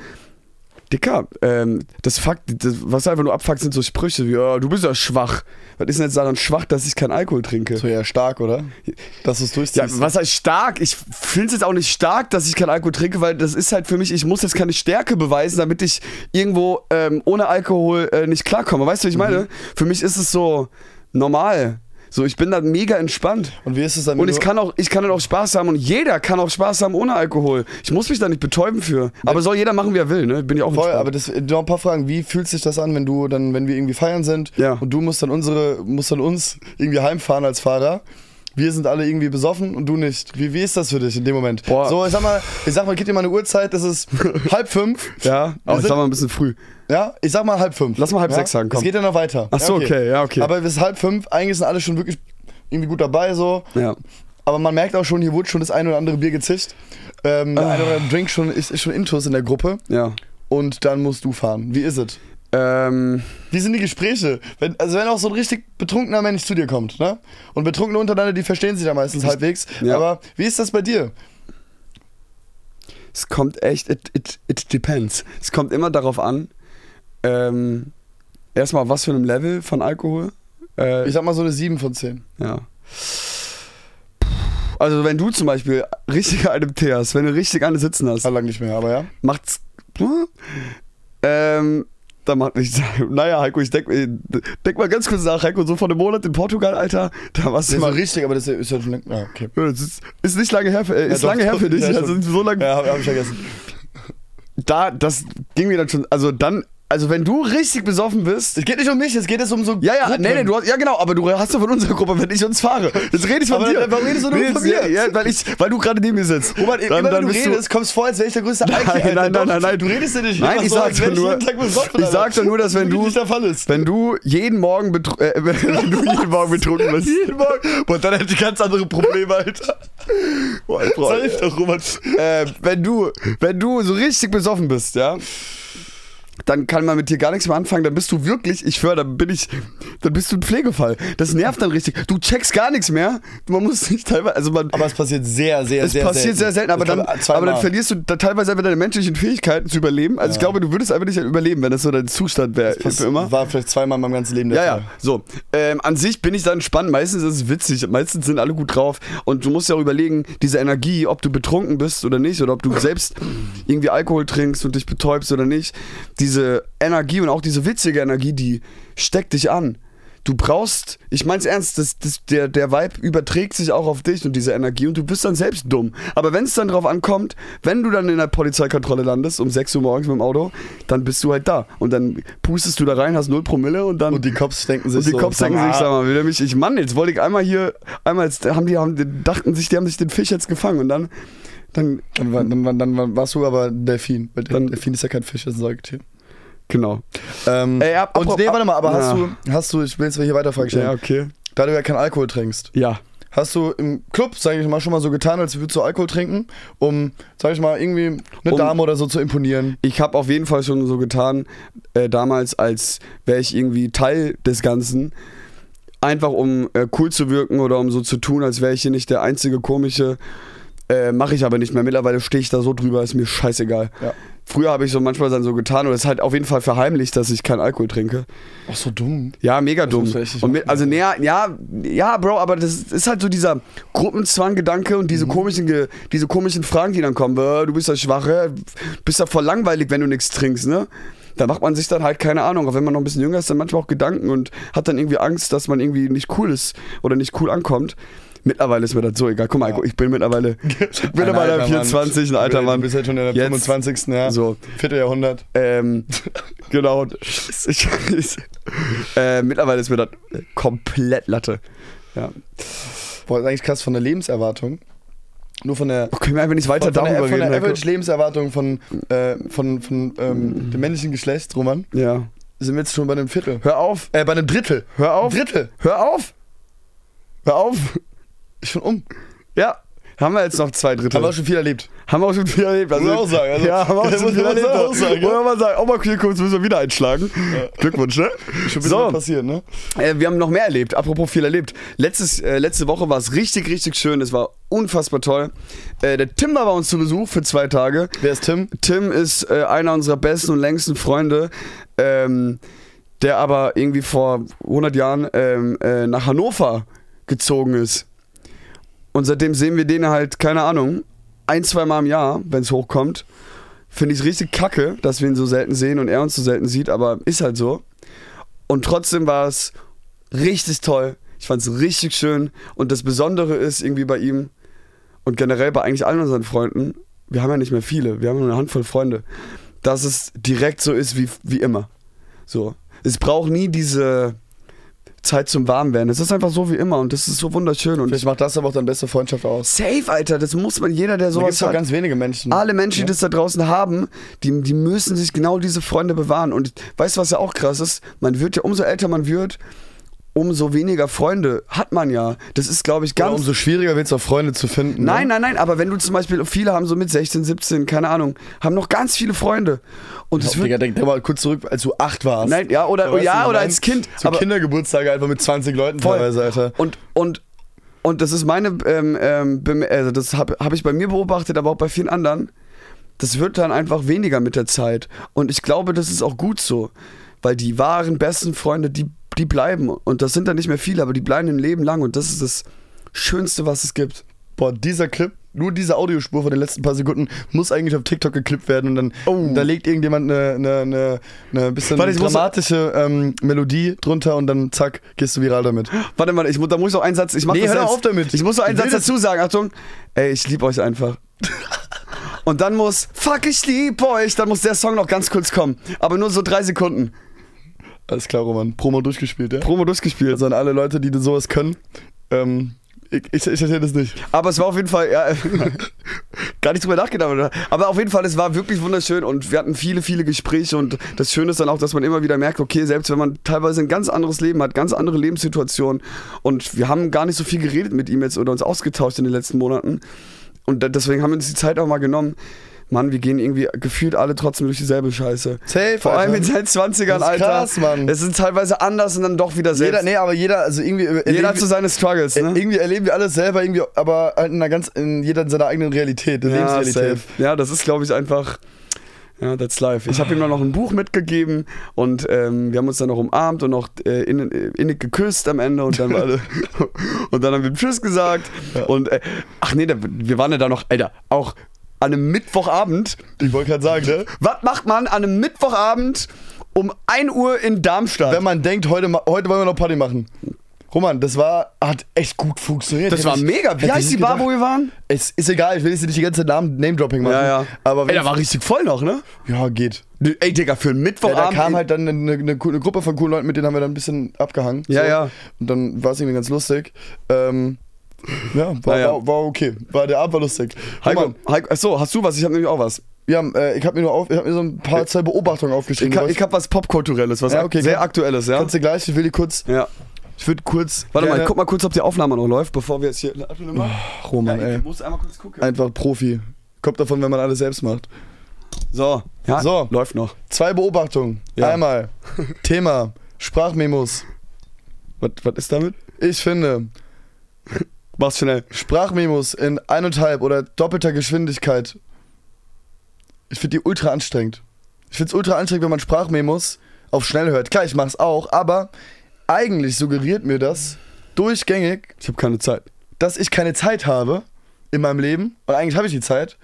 S2: Dicker, ähm, das Fakt, das, was einfach nur abfuckt, sind so Sprüche wie, ja, du bist ja schwach. Was ist denn jetzt daran schwach, dass ich keinen Alkohol trinke?
S1: So eher stark, oder? Dass du es
S2: Ja,
S1: durchziehst.
S2: was heißt stark? Ich finde es jetzt auch nicht stark, dass ich keinen Alkohol trinke, weil das ist halt für mich, ich muss jetzt keine Stärke beweisen, damit ich irgendwo ähm, ohne Alkohol äh, nicht klarkomme. Weißt du, was
S1: Mhm.
S2: ich meine? Für mich ist es so normal. So, ich bin da mega entspannt.
S1: und wie ist es dann, wenn
S2: Und ich
S1: du-
S2: kann auch, ich kann dann auch Spaß haben und jeder kann auch Spaß haben ohne Alkohol. Ich muss mich da nicht betäuben für. Aber soll jeder machen, wie er will, ne? Bin ich auch
S1: Voll,
S2: entspannt.
S1: aber das, noch ein paar Fragen. Wie fühlt sich das an, wenn du dann, wenn wir irgendwie feiern sind
S2: Ja.
S1: und du musst dann unsere, musst dann uns irgendwie heimfahren als Fahrer? Wir sind alle irgendwie besoffen und du nicht. Wie, wie ist das für dich in dem Moment?
S2: Boah.
S1: So, ich sag mal, ich sag mal, gib dir mal eine Uhrzeit, das ist halb fünf.
S2: ja, aber ich
S1: sind-
S2: sag mal ein bisschen früh.
S1: Ja, ich sag mal halb fünf.
S2: Lass mal halb
S1: ja?
S2: sechs sagen, komm.
S1: Es geht ja noch weiter.
S2: Ach so, okay, ja, okay.
S1: Aber bis halb fünf, eigentlich sind alle schon wirklich irgendwie gut dabei, so.
S2: Ja.
S1: Aber man merkt auch schon, hier wurde schon das ein oder andere Bier gezischt. Ähm,
S2: Ah.
S1: der ein oder andere Drink schon, ist, ist schon Intus in der Gruppe.
S2: Ja.
S1: Und dann musst du fahren. Wie ist es?
S2: Ähm,
S1: Wie sind die Gespräche? Wenn, also wenn auch so ein richtig betrunkener Mensch zu dir kommt, ne? Und Betrunkene untereinander, die verstehen sich ja meistens halbwegs.
S2: Ja.
S1: Aber wie ist das bei dir?
S2: Es kommt echt, it, it, it depends. Es kommt immer darauf an, ähm, erstmal was für einem Level von Alkohol. Äh,
S1: Ich sag mal so eine 7 von 10.
S2: ja. Also wenn du zum Beispiel richtig einen im Tee hast, wenn du richtig eine sitzen hast,
S1: Ah, lang nicht mehr, aber ja.
S2: macht's. Ähm, Da macht nichts. Naja, Heiko, ich denk, äh, denk mal ganz kurz nach, Heiko, so vor einem Monat in Portugal, Alter, da warst du
S1: Das
S2: mal
S1: war richtig, aber das ist ja schon. Ja, Ah, okay.
S2: Ja, Das ist, ist nicht lange her für, äh, ist
S1: doch,
S2: lange her
S1: doch,
S2: für dich.
S1: ja,
S2: also
S1: schon.
S2: so lange.
S1: Ja, hab, hab ich vergessen.
S2: Da, das ging mir dann schon. Also dann, also wenn du richtig besoffen bist.
S1: Es geht nicht um mich, es geht jetzt um so.
S2: Ja, ja,
S1: Gruppen.
S2: nee, nee, du hast, ja genau, aber du hast doch von unserer Gruppe, wenn ich uns fahre. Jetzt rede ich von
S1: Aber
S2: dir.
S1: dann- warum redest du nur von
S2: jetzt-
S1: mir?
S2: Ja, weil, ich, weil du gerade neben mir sitzt.
S1: Robert,
S2: Dann-
S1: immer
S2: dann
S1: wenn du
S2: bist du-
S1: redest, kommst du vor, als wäre ich der größte
S2: Nein,
S1: Alki, Alter.
S2: nein,
S1: Doch,
S2: nein, nein, nein.
S1: Du redest ja nicht
S2: Nein,
S1: immer
S2: ich
S1: so,
S2: sag
S1: als
S2: doch
S1: wär ich
S2: nur-
S1: jeden Tag besoffen,
S2: ich sag
S1: Alter.
S2: doch nur, dass wenn
S1: Wie
S2: du-
S1: nicht der Fall ist.
S2: Wenn du jeden Morgen, betru äh, wenn du jeden Morgen betrunken bist.
S1: Jeden Morgen. Boah, dann hätte ich ganz andere Probleme, Alter.
S2: Boah, ich brauch-
S1: Sag ich doch, Robert.
S2: äh, wenn du, wenn du so richtig besoffen bist, ja, dann kann man mit dir gar nichts mehr anfangen. Dann bist du wirklich, ich höre, dann bin ich, dann bist du ein Pflegefall. Das nervt dann richtig. Du checkst gar nichts mehr. Man muss nicht teilweise, also man,
S1: Aber es passiert sehr, sehr,
S2: es
S1: sehr
S2: passiert
S1: selten.
S2: sehr selten, aber
S1: Ich
S2: dann,
S1: glaube, zweimal.
S2: aber dann verlierst du da teilweise einfach deine menschlichen Fähigkeiten zu überleben. Also ich glaube, du würdest einfach nicht überleben, wenn das so dein Zustand wäre
S1: Das
S2: für immer.
S1: War vielleicht zweimal in meinem ganzen Leben der
S2: Ja, ja,
S1: Fall.
S2: so. Ähm, an sich bin ich dann spannend. Meistens ist es witzig. Meistens sind alle gut drauf. Und du musst ja auch überlegen, diese Energie, ob du betrunken bist oder nicht, oder ob du selbst irgendwie Alkohol trinkst und dich betäubst oder nicht. Diese Energie und auch diese witzige Energie, die steckt dich an. Du brauchst, ich mein's ernst, das, das, der, der Vibe überträgt sich auch auf dich und diese Energie und du bist dann selbst dumm. Aber wenn es dann drauf ankommt, wenn du dann in der Polizeikontrolle landest um 6 Uhr morgens mit dem Auto, dann bist du halt da. Und dann pustest du da rein, hast 0 Promille und dann.
S1: Und die Cops denken sich
S2: Und die
S1: so. ah,
S2: Cops denken sich, ah. sag mal, will er mich, ich, Mann, jetzt wollte ich einmal hier, einmal, jetzt haben die, haben, dachten sich, die haben sich den Fisch jetzt gefangen und dann, dann,
S1: Dann, war- dann, war- dann war- warst du aber ein Delfin. Weil
S2: Dann-
S1: ein Delfin ist ja kein Fisch, das ist ein Säugetier.
S2: genau.
S1: Ähm,
S2: Ey, ab-
S1: und
S2: apro-
S1: nee, warte mal, aber
S2: ab-
S1: hast
S2: na.
S1: du, hast du, ich will jetzt hier weiter fragen stellen.
S2: Ja, okay.
S1: Da du ja keinen Alkohol trinkst,
S2: Äh, Ja.
S1: hast du im Club, sag ich mal, schon mal so getan, als würdest du Alkohol trinken, um, sag ich mal, irgendwie eine
S2: Um-
S1: Dame oder so zu imponieren?
S2: Ich habe auf jeden Fall schon so getan, äh, damals, als wäre ich irgendwie Teil des Ganzen. Einfach um äh, cool zu wirken oder um so zu tun, als wäre ich hier nicht der einzige komische. Äh, Mache ich aber nicht mehr. Mittlerweile stehe ich da so drüber, ist mir scheißegal.
S1: Ja.
S2: Früher habe ich so manchmal dann so getan und es ist halt auf jeden Fall verheimlicht, dass ich keinen Alkohol trinke.
S1: Ach, so dumm.
S2: Ja, mega dumm.
S1: musst du echt nicht
S2: Und mit, also näher, ja, ja, Bro, aber das ist halt so dieser Gruppenzwang-Gedanke und diese
S1: Mhm.
S2: komischen, Ge- diese komischen Fragen, die dann kommen. Äh, Du bist ja schwache, bist ja voll langweilig, wenn du nichts trinkst, ne? Da macht man sich dann halt keine Ahnung, auch wenn man noch ein bisschen jünger ist, dann manchmal auch Gedanken und hat dann irgendwie Angst, dass man irgendwie nicht cool ist oder nicht cool ankommt. Mittlerweile ist mir das so egal. Guck mal, Heiko, ich bin mittlerweile, ich bin mittlerweile 24, ein alter Mann.
S1: Du bist halt schon in der
S2: Jetzt-
S1: 25. Ja.
S2: So,
S1: Vierteljahrhundert.
S2: ähm, genau. Ich, ich, äh, mittlerweile ist mir das komplett Latte. Ja.
S1: Boah, ist eigentlich krass von der Lebenserwartung. Nur von der
S2: Oh, Können wir einfach nicht weiter
S1: von, von der,
S2: darüber
S1: von der
S2: reden?
S1: Average Lebenserwartung von, äh, von, von ähm, dem männlichen Geschlecht, Roman,
S2: Heiko? Ja.
S1: sind wir jetzt schon bei einem Viertel.
S2: Hör auf,
S1: Äh, bei einem Drittel.
S2: hör
S1: Ein
S2: auf,
S1: Drittel.
S2: hör auf, hör auf.
S1: Ist schon um.
S2: Ja, haben wir jetzt noch zwei Drittel.
S1: Haben wir schon viel erlebt.
S2: Haben wir auch schon viel erlebt. Also,
S1: Muss man auch sagen, also-
S2: ja, haben wir auch
S1: Muss
S2: schon viel
S1: man
S2: erlebt.
S1: auch sagen,
S2: Oder man sagt, oh mal hier kurz, müssen wir wieder einschlagen. Glückwunsch, ne?
S1: Schon ein bisschen
S2: So,
S1: was passiert, ne?
S2: Äh, wir haben noch mehr erlebt. Apropos viel erlebt. Letztes, äh, letzte Woche war es richtig, richtig schön. Es war unfassbar toll. Äh, der Tim war bei uns zu Besuch für zwei Tage.
S1: Wer ist Tim?
S2: Tim ist äh, einer unserer besten und längsten Freunde, ähm, der aber irgendwie vor 100 Jahren ähm, äh, nach Hannover gezogen ist. Und seitdem sehen wir den halt, keine Ahnung, ein, zwei Mal im Jahr, wenn es hochkommt. Finde ich richtig kacke, dass wir ihn so selten sehen und er uns so selten sieht, aber ist halt so. Und trotzdem war es richtig toll. Ich fand es richtig schön. Und das Besondere ist irgendwie bei ihm und generell bei eigentlich allen unseren Freunden, wir haben ja nicht mehr viele, wir haben nur eine Handvoll Freunde, dass es direkt so ist wie, wie immer. So. Es braucht nie diese Zeit zum Warmwerden. Es ist einfach so wie immer und das ist so wunderschön. Und
S1: Vielleicht macht das aber auch deine beste Freundschaft aus.
S2: safe, Alter, das muss man, jeder, der
S1: So da gibt
S2: sowas
S1: doch
S2: hat.
S1: ganz wenige Menschen.
S2: halt Alle Menschen, die
S1: Ja.
S2: das da draußen haben, die, die müssen sich genau diese Freunde bewahren. Und weißt du, was ja auch krass ist? Man wird ja, umso älter man wird, umso weniger Freunde hat man ja. Das ist, glaube ich,
S1: Oder
S2: ganz.
S1: umso schwieriger wird es auch Freunde zu finden.
S2: Nein,
S1: ne?
S2: nein, nein, aber wenn du zum Beispiel, viele haben so mit 16, 17, keine Ahnung, haben noch ganz viele Freunde. Und es
S1: Oh,
S2: wird.
S1: Digga, denk doch mal kurz zurück, als du acht warst.
S2: Nein, ja, oder,
S1: So, weißt
S2: ja,
S1: du,
S2: oder
S1: nein,
S2: als Kind.
S1: So
S2: aber,
S1: Kindergeburtstage einfach mit 20 Leuten
S2: Voll.
S1: teilweise, Alter.
S2: Und, und, und das ist meine, ähm, ähm, Bem- also das habe hab ich bei mir beobachtet, aber auch bei vielen anderen. Das wird dann einfach weniger mit der Zeit. Und ich glaube, das ist auch gut so. Weil die wahren, besten Freunde, die, die bleiben. Und das sind dann nicht mehr viele, aber die bleiben ein Leben lang. Und das ist das Schönste, was es gibt.
S1: Boah, dieser Clip, nur diese Audiospur von den letzten paar Sekunden muss eigentlich auf TikTok geklippt werden und dann
S2: Oh.
S1: da legt irgendjemand eine, eine, eine, eine bisschen
S2: Warte, ich muss-
S1: dramatische ähm, Melodie drunter und dann zack, gehst du viral damit.
S2: Warte mal, ich, mu- da muss ich noch einen Satz. Ich mach
S1: Nee,
S2: das
S1: hör doch
S2: selbst.
S1: auf damit.
S2: Ich muss noch einen
S1: Ich will
S2: Satz dazu sagen. Achtung. Ey, ich lieb euch einfach. Und dann muss Fuck, ich lieb euch. Dann muss der Song noch ganz kurz kommen. Aber nur so drei Sekunden.
S1: Alles klar, Roman. Promo durchgespielt, ja?
S2: Promo durchgespielt.
S1: Also an alle Leute, die sowas können, ähm, ich, ich, ich erzähl das nicht.
S2: Aber es war auf jeden Fall, ja, gar nicht drüber nachgedacht. oder? Aber auf jeden Fall, es war wirklich wunderschön und wir hatten viele, viele Gespräche und das Schöne ist dann auch, dass man immer wieder merkt, okay, selbst wenn man teilweise ein ganz anderes Leben hat, ganz andere Lebenssituationen und wir haben gar nicht so viel geredet mit ihm jetzt oder uns ausgetauscht in den letzten Monaten und da, deswegen haben wir uns die Zeit auch mal genommen. Mann, wir gehen irgendwie gefühlt alle trotzdem durch dieselbe Scheiße.
S1: Safe,
S2: Vor allem in
S1: Alter.
S2: seinen 20ern,
S1: Das ist
S2: Alter.
S1: krass, Mann.
S2: Es sind teilweise anders und dann doch wieder
S1: Jeder,
S2: selbst.
S1: nee, aber jeder, also irgendwie.
S2: Jeder hat
S1: irgendwie-
S2: so seine Struggles, ne?
S1: Äh, Irgendwie erleben wir alles selber, irgendwie, aber halt in einer ganz, in jeder in seiner eigenen Realität, der Lebensrealität.
S2: safe. Ja, das ist, glaube ich, einfach. Ja, that's life. Ich habe ihm dann noch ein Buch mitgegeben und ähm, wir haben uns dann noch umarmt und noch äh, in- äh, innig geküsst am Ende und dann, war alle, und dann haben wir Tschüss gesagt. Und äh, ach nee, da, wir waren ja da noch, Alter, auch an einem Mittwochabend.
S1: Ich wollte gerade sagen, ne?
S2: Was macht man an einem Mittwochabend um 1 Uhr in Darmstadt?
S1: Wenn man denkt, heute, ma- heute wollen wir noch Party machen. Roman, das war, hat echt gut funktioniert.
S2: das
S1: Hätte
S2: war
S1: ich-
S2: mega. Wie
S1: hätte
S2: heißt
S1: ich
S2: die
S1: nicht
S2: Bar, wo
S1: gedacht.
S2: wir waren?
S1: Es ist egal, ich will jetzt hier nicht die ganze Namen Name-Dropping machen. Aber
S2: Aber
S1: wenn,
S2: Ey, da war richtig voll noch, ne?
S1: ja, geht.
S2: Ey, Digga, für einen
S1: Ja,
S2: Mittwochabend.
S1: da kam
S2: in-
S1: halt dann eine, eine, eine Gruppe von coolen Leuten, mit denen haben wir dann ein bisschen abgehangen.
S2: Ja,
S1: so.
S2: ja.
S1: Und dann war es irgendwie ganz lustig. Ähm, ja, war,
S2: Naja.
S1: war, war okay. War, der Abend war lustig.
S2: Heiko,
S1: Roman,
S2: Heiko, achso, hast du was? Ich habe nämlich auch was.
S1: Ja, äh, ich habe mir nur auf, ich hab mir so ein paar, zwei Beobachtungen aufgeschrieben.
S2: Ich,
S1: Du
S2: hab-
S1: weißt-
S2: ich habe was Popkulturelles, was
S1: Ja,
S2: ak-
S1: okay,
S2: sehr
S1: kann-
S2: Aktuelles, ja.
S1: kannst du gleich, ich will die kurz,
S2: ja.
S1: ich würde kurz.
S2: Warte mal,
S1: gerne-
S2: guck mal kurz, ob die Aufnahme noch läuft, bevor wir jetzt hier. Warte mal.
S1: Ach, Roman,
S2: ja,
S1: ey.
S2: ich muss einmal kurz gucken.
S1: Einfach Profi. Kommt davon, wenn man alles selbst macht.
S2: So, ja,
S1: So.
S2: läuft noch.
S1: Zwei Beobachtungen.
S2: Ja.
S1: Einmal, Thema Sprachmemos.
S2: Was, was ist damit?
S1: Ich finde,
S2: Mach's schnell.
S1: Sprachmemos in eineinhalb oder doppelter Geschwindigkeit. Ich finde die ultra anstrengend. Ich finde es ultra anstrengend, wenn man Sprachmemos auf schnell hört. Klar, ich mache es auch, aber eigentlich suggeriert mir das durchgängig,
S2: Ich habe keine Zeit.
S1: dass ich keine Zeit habe in meinem Leben. Und eigentlich habe ich die Zeit.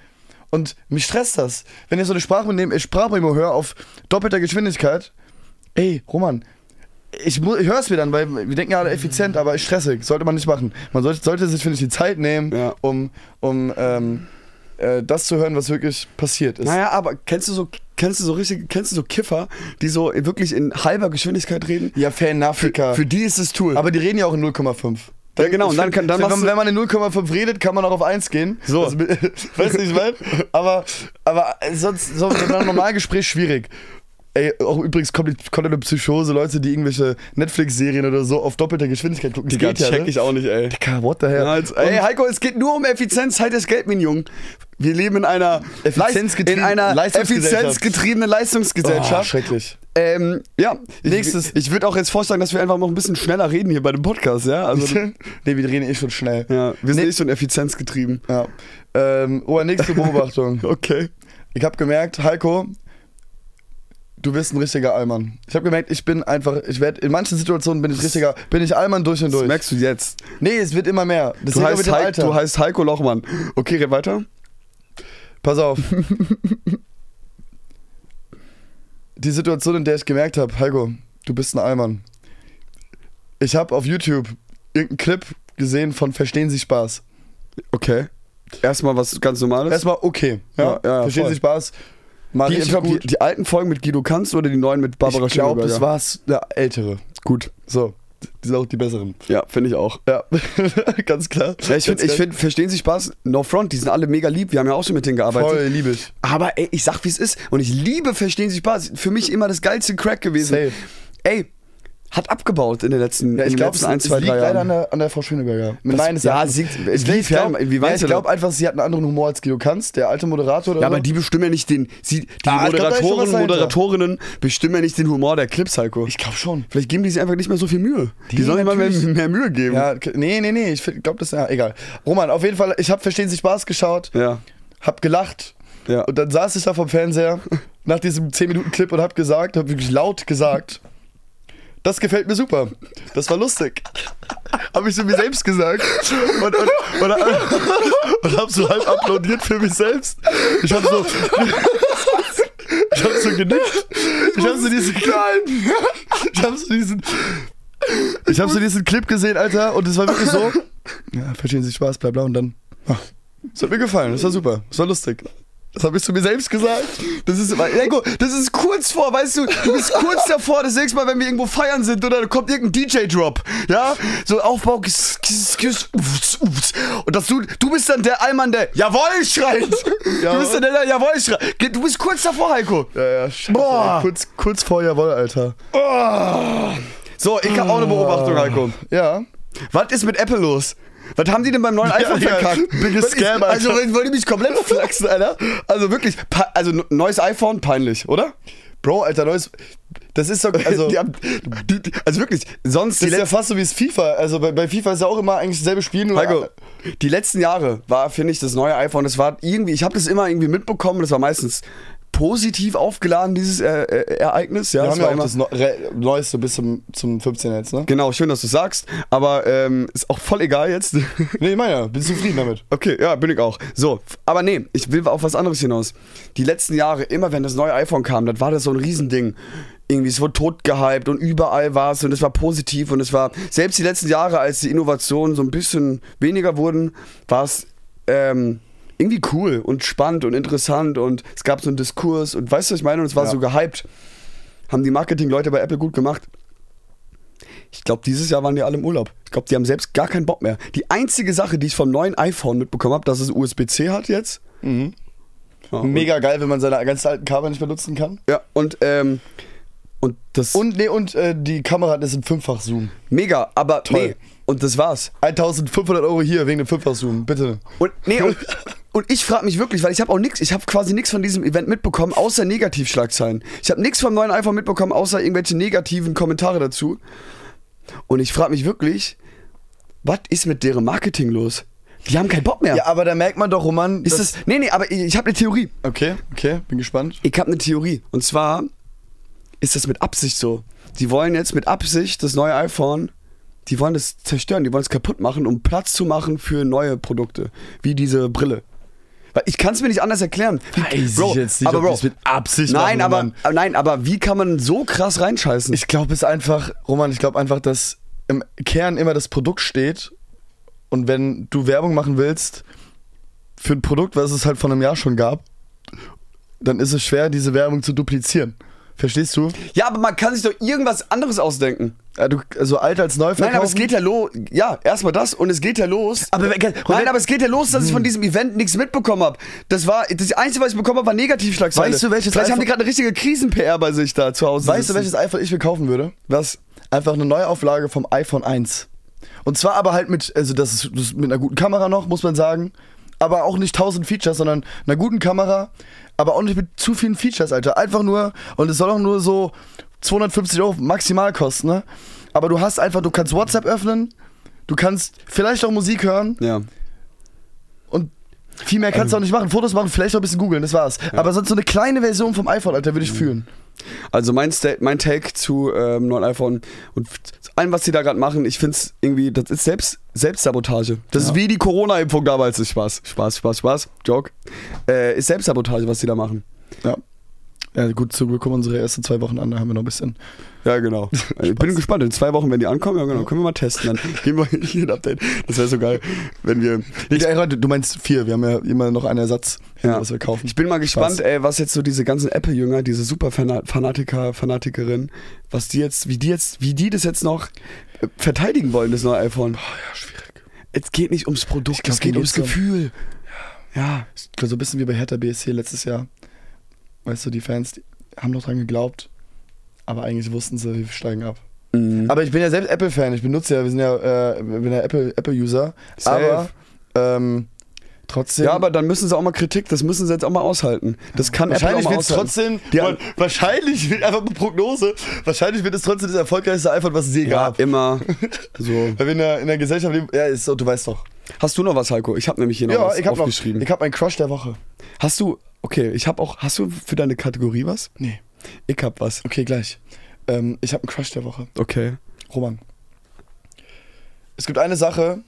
S1: Und mich stresst das. Wenn ich so eine Sprachmemo, nehme- Sprachmemo höre auf doppelter Geschwindigkeit. Ey, Roman, ich, mu- ich höre es mir dann, weil wir denken ja alle effizient, aber ist stressig. Sollte man nicht machen. Man sollte, sollte sich, finde ich, die Zeit nehmen,
S2: Ja.
S1: um, um ähm, äh, das zu hören, was wirklich passiert ist.
S2: Naja, aber kennst du so, kennst du so richtig, kennst du so Kiffer, die so wirklich in halber Geschwindigkeit reden?
S1: Ja, fair enough, Dicker.
S2: Für die ist das Tool.
S1: Aber die reden ja auch in 0,5.
S2: Ja, genau, und
S1: ich
S2: dann kann- dann
S1: wenn,
S2: machst du-
S1: wenn man in 0,5 redet, kann man auch auf 1 gehen.
S2: So.
S1: Also, weißt du, wie ich meine? Aber, aber äh, sonst, so in einem normalen Gespräch schwierig. Ey, auch übrigens kommt, die- kommt eine Psychose, Leute, die irgendwelche Netflix-Serien oder so auf doppelter Geschwindigkeit gucken. Das
S2: Digga,
S1: geht ja,
S2: check
S1: ne?
S2: ich auch nicht, ey.
S1: Digga, what the hell?
S2: Ja, jetzt, ey,
S1: Und
S2: Heiko, es geht nur um Effizienz, halt das Geld, mein Junge. Wir leben in einer,
S1: Effizienzgetrieben-
S2: in einer
S1: Leistungsgesellschaft.
S2: effizienzgetriebenen
S1: oh,
S2: Leistungsgesellschaft.
S1: schrecklich.
S2: ähm, ja,
S1: Nächstes.
S2: Ich, ich würde auch jetzt vorschlagen, dass wir einfach mal ein bisschen schneller reden hier bei dem Podcast, ja? Also,
S1: nee, wir reden eh schon schnell.
S2: ja, wir sind
S1: Nee.
S2: nicht so ein Effizienzgetrieben.
S1: Ja. Ähm, oh, nächste Beobachtung.
S2: Okay.
S1: Ich habe gemerkt, Heiko, du bist ein richtiger Allmann. Ich habe gemerkt, ich bin einfach, ich werde in manchen Situationen bin ich richtiger, bin ich Allmann durch und
S2: Das
S1: durch.
S2: merkst du jetzt.
S1: Nee, es wird immer mehr. Das
S2: Du
S1: hängt auch
S2: heißt,
S1: mit dem
S2: Heik,
S1: Alter.
S2: du heißt Heiko Lochmann. Okay, red weiter.
S1: Pass auf. Die Situation, in der ich gemerkt habe, Heiko, du bist ein Allmann. Ich habe auf YouTube irgendeinen Clip gesehen von Verstehen Sie Spaß.
S2: Okay. Erstmal was ganz Normales.
S1: Erstmal okay.
S2: Ja, ja,
S1: Verstehen
S2: voll.
S1: Sie Spaß. Mal
S2: die, ich
S1: richtig
S2: glaub, die,
S1: gut.
S2: die alten Folgen mit Guido Kanz oder die neuen mit Barbara
S1: ich glaube, das
S2: Schöneberger?
S1: war's eine ältere.
S2: Gut.
S1: So, die sind auch die besseren.
S2: Ja, finde ich auch.
S1: Ja, ganz klar.
S2: Ja, ich finde,
S1: Ganz
S2: ich
S1: klar.
S2: find, verstehen Sie Spaß? No front, die sind alle mega lieb. Wir haben ja auch schon mit denen gearbeitet.
S1: voll liebe ich.
S2: Aber ey, ich sag, wie es ist. Und ich liebe Verstehen Sie Spaß. Für mich immer das geilste Crack gewesen.
S1: Safe.
S2: Ey, hat abgebaut in den letzten, in den
S1: glaub,
S2: letzten ein, zwei, drei
S1: leider an
S2: Jahren.
S1: der, an der Frau Schöneberger.
S2: Das-
S1: Nein, es
S2: ja,
S1: ist-
S2: sie-
S1: ich, ich
S2: inwiefern-
S1: glaube
S2: inwieweit
S1: ja, ich
S2: denn?
S1: glaub einfach, sie hat einen anderen Humor als Guido Kanz, der alte Moderator oder
S2: Ja,
S1: so.
S2: aber die bestimmen ja nicht den. Sie, die
S1: Ah, ich glaub, da ist schon
S2: Moderatoren
S1: was
S2: und
S1: dahinter.
S2: Moderatorinnen bestimmen ja nicht den Humor der Clips, Heiko.
S1: ich glaube schon.
S2: Vielleicht geben die sich einfach nicht mehr so viel Mühe. Die,
S1: Die
S2: sollen immer mehr,
S1: natürlich.
S2: mehr Mühe geben.
S1: Ja, k- nee, nee, nee, ich glaube das ja egal. Roman, auf jeden Fall, ich habe verstehen Sie Spaß geschaut,
S2: Ja.
S1: hab gelacht
S2: ja.
S1: und dann saß ich da vom Fernseher nach diesem 10 Minuten Clip und hab gesagt, hab wirklich laut gesagt, das gefällt mir super. Das war lustig. Habe ich so mir selbst gesagt. Und, und, und, und habe so halb applaudiert für mich selbst. Ich habe so. Ich habe so genickt. Ich habe so diesen kleinen. Ich habe so diesen. Ich habe so diesen Clip gesehen, Alter, und es war wirklich so. Ja, verstehen Sie Spaß, bla bla und dann. ah, Es hat mir gefallen, das war super, das war lustig. Das habe ich zu mir selbst gesagt.
S2: Das ist immer, Lenko, das ist kurz vor, weißt du, du bist kurz davor, das nächste Mal, wenn wir irgendwo feiern sind, oder da kommt irgendein DJ-Drop, ja? So Aufbau, kiss, kiss, kiss, ups, ups. und dass du, du bist dann der Allmann, der Jawoll schreit. Du bist dann der, der Jawoll schreit. Ge- Du bist kurz davor, Heiko.
S1: Ja, ja, scheiße.
S2: Boah.
S1: ey, Kurz, kurz vor Jawohl, Alter. Ah.
S2: So, ich habe auch eine Beobachtung, Heiko.
S1: Ja.
S2: Was ist mit Apple los? Was haben die denn beim neuen iPhone
S1: ja,
S2: verkackt?
S1: biggest
S2: Was ist-
S1: scam, Alter.
S2: Also, wollen wollen die mich komplett flachsen, Alter? Also wirklich, pe- also n- neues iPhone, peinlich, oder?
S1: Bro, Alter, neues. Das ist doch. Also,
S2: die haben, die, die, also wirklich, sonst
S1: das
S2: die
S1: ist ja
S2: letzten,
S1: fast so wie es FIFA. Also bei, bei FIFA ist ja auch immer eigentlich dasselbe Spiel, nur. äh,
S2: Heiko, die letzten Jahre war, finde ich, das neue iPhone, das war irgendwie, ich habe das immer irgendwie mitbekommen, das war meistens positiv aufgeladen, dieses äh, äh, Ereignis. Ja,
S1: Wir
S2: das
S1: haben
S2: war
S1: ja auch
S2: immer,
S1: das Neu- Re- Neueste bis zum, zum 15 jetzt, ne?
S2: genau, schön, dass du sagst, aber ähm, ist auch voll egal jetzt.
S1: Nee, ich meine ja, bin zufrieden damit.
S2: Okay, ja, bin ich auch. So, f- aber nee, ich will auf was anderes hinaus. Die letzten Jahre, immer wenn das neue iPhone kam, dann war das so ein Riesending. Irgendwie, es wurde tot gehypt und überall war es und es war positiv und es war, selbst die letzten Jahre, als die Innovationen so ein bisschen weniger wurden, war es ähm, irgendwie cool und spannend und interessant und es gab so einen Diskurs und weißt du, was ich meine? Und es war
S1: Ja.
S2: so gehypt. Haben die Marketingleute bei Apple gut gemacht. Ich glaube, dieses Jahr waren die alle im Urlaub. Ich glaube, die haben selbst gar keinen Bock mehr. Die einzige Sache, die ich vom neuen iPhone mitbekommen habe, dass es USB-C hat jetzt.
S1: Mhm.
S2: Ja, und-
S1: Mega geil, wenn man seine ganzen alten Kabel nicht benutzen kann.
S2: Ja, und, ähm, und das.
S1: Und nee, und äh, die Kamera hat jetzt einen Fünffach-Zoom.
S2: mega, aber.
S1: Toll.
S2: Nee, und das war's.
S1: 1500 Euro hier wegen dem Fünffach-Zoom, bitte.
S2: Und, nee, und, und ich frage mich wirklich, weil ich habe auch nichts, ich habe quasi nichts von diesem Event mitbekommen, außer Negativschlagzeilen. Ich habe nichts vom neuen iPhone mitbekommen, außer irgendwelche negativen Kommentare dazu. Und ich frage mich wirklich, was ist mit deren Marketing los? Die haben keinen Bock mehr.
S1: Ja, aber da merkt man doch, oh Roman.
S2: ist das, nee, nee, aber ich, ich habe eine Theorie.
S1: Okay, okay, bin gespannt.
S2: Ich habe eine Theorie. Und zwar ist das mit Absicht so. Die wollen jetzt mit Absicht das neue iPhone, die wollen das zerstören, die wollen es kaputt machen, um Platz zu machen für neue Produkte. Wie diese Brille. Weil ich kann es mir nicht anders erklären. Wie, aber Bro,
S1: Absicht
S2: nein, aber, aber nein, aber wie kann man so krass reinscheißen?
S1: Ich glaube es einfach, Roman, ich glaube einfach, dass im Kern immer das Produkt steht. Und wenn du Werbung machen willst für ein Produkt, was es halt vor einem Jahr schon gab, dann ist es schwer, diese Werbung zu duplizieren. Verstehst du?
S2: ja, aber man kann sich doch irgendwas anderes ausdenken.
S1: Ja, du also alt als neu verkaufen.
S2: Nein, aber es geht ja los. Ja, erstmal das und es geht ja los.
S1: Aber wer-
S2: Nein, aber es geht ja los, dass
S1: Hm.
S2: ich von diesem Event nichts mitbekommen habe. Das war das Einzige, was ich bekommen habe, war Negativschlagzeilen.
S1: Weißt du, welches
S2: Vielleicht haben die
S1: iPhone-
S2: gerade eine richtige Krisen-PR bei sich da zu Hause.
S1: Weißt du,
S2: sitzen.
S1: welches iPhone ich mir kaufen würde? Was? Einfach eine Neuauflage vom iPhone 1. Und zwar aber halt mit, also das ist, das ist mit einer guten Kamera noch, muss man sagen. Aber auch nicht 1000 Features, sondern einer guten Kamera. Aber auch nicht mit zu vielen Features, Alter. Einfach nur, und es soll auch nur so 250 Euro maximal kosten, ne? Aber du hast einfach, du kannst WhatsApp öffnen, du kannst vielleicht auch Musik hören
S2: Ja.
S1: und viel mehr kannst du auch nicht machen. Fotos machen, vielleicht noch ein bisschen googeln, das war's. Aber sonst so eine kleine Version vom iPhone, Alter, würde ich fühlen.
S2: Also mein, Sta mein Take zu ähm, neuen iPhone und f- allem, was die da gerade machen, ich finde es irgendwie, das ist selbst Selbstsabotage. Das ist wie die Corona-Impfung damals. Ist Spaß, Spaß, Spaß, Spaß. Joke. Äh, ist Selbstsabotage, was die da machen.
S1: Ja. Ja, gut, zum Glück kommen unsere ersten zwei Wochen an, da haben wir noch ein bisschen.
S2: Ja, genau. Ich bin gespannt. In zwei Wochen, wenn die ankommen, ja, genau, können wir mal testen. Dann geben wir hier ein Update. Das wäre so geil, wenn wir.
S1: Ich, ey, Leute, du meinst vier, wir haben ja immer noch einen Ersatz,
S2: Ja.
S1: was wir kaufen.
S2: Ich bin mal gespannt,
S1: Spaß.
S2: ey, was jetzt so diese ganzen Apple-Jünger, diese Super-Fanatiker, Fanatikerinnen, was die jetzt, wie die jetzt, wie die das jetzt noch äh, verteidigen wollen, das neue iPhone.
S1: ja, schwierig.
S2: Es geht nicht ums Produkt,
S1: glaub,
S2: es geht
S1: denen
S2: ums
S1: geht's
S2: Gefühl. Ja.
S1: Ich glaub, So ein bisschen wie bei Hertha BSC letztes Jahr. Weißt du, die Fans die haben noch dran geglaubt, aber eigentlich wussten sie, wir steigen ab.
S2: Mhm.
S1: Aber ich bin ja selbst Apple-Fan, ich benutze ja, wir sind ja, äh, ich bin ja Apple- Apple-User.
S2: Safe.
S1: aber ähm, trotzdem.
S2: Ja, aber dann müssen sie auch mal Kritik, das müssen sie jetzt auch mal aushalten. Das kann Apple auch
S1: Wahrscheinlich
S2: mal
S1: wird es
S2: aushalten.
S1: trotzdem,
S2: Die
S1: man,
S2: haben-
S1: wahrscheinlich wird einfach eine Prognose, wahrscheinlich wird es trotzdem das erfolgreichste iPhone, was es je
S2: ja,
S1: gab.
S2: immer. So.
S1: Weil wir in der, in der Gesellschaft leben. Ja, ist so, du weißt doch.
S2: Hast du noch was, Heiko? Ich habe nämlich hier noch
S1: Ja,
S2: was
S1: ich hab noch.
S2: aufgeschrieben.
S1: Ich hab einen Crush der Woche.
S2: Hast du, okay, ich habe auch, hast du für deine Kategorie was?
S1: Nee.
S2: Ich hab was.
S1: Okay, gleich. Ähm, ich habe einen Crush der Woche.
S2: Okay.
S1: Roman. Es gibt eine Sache,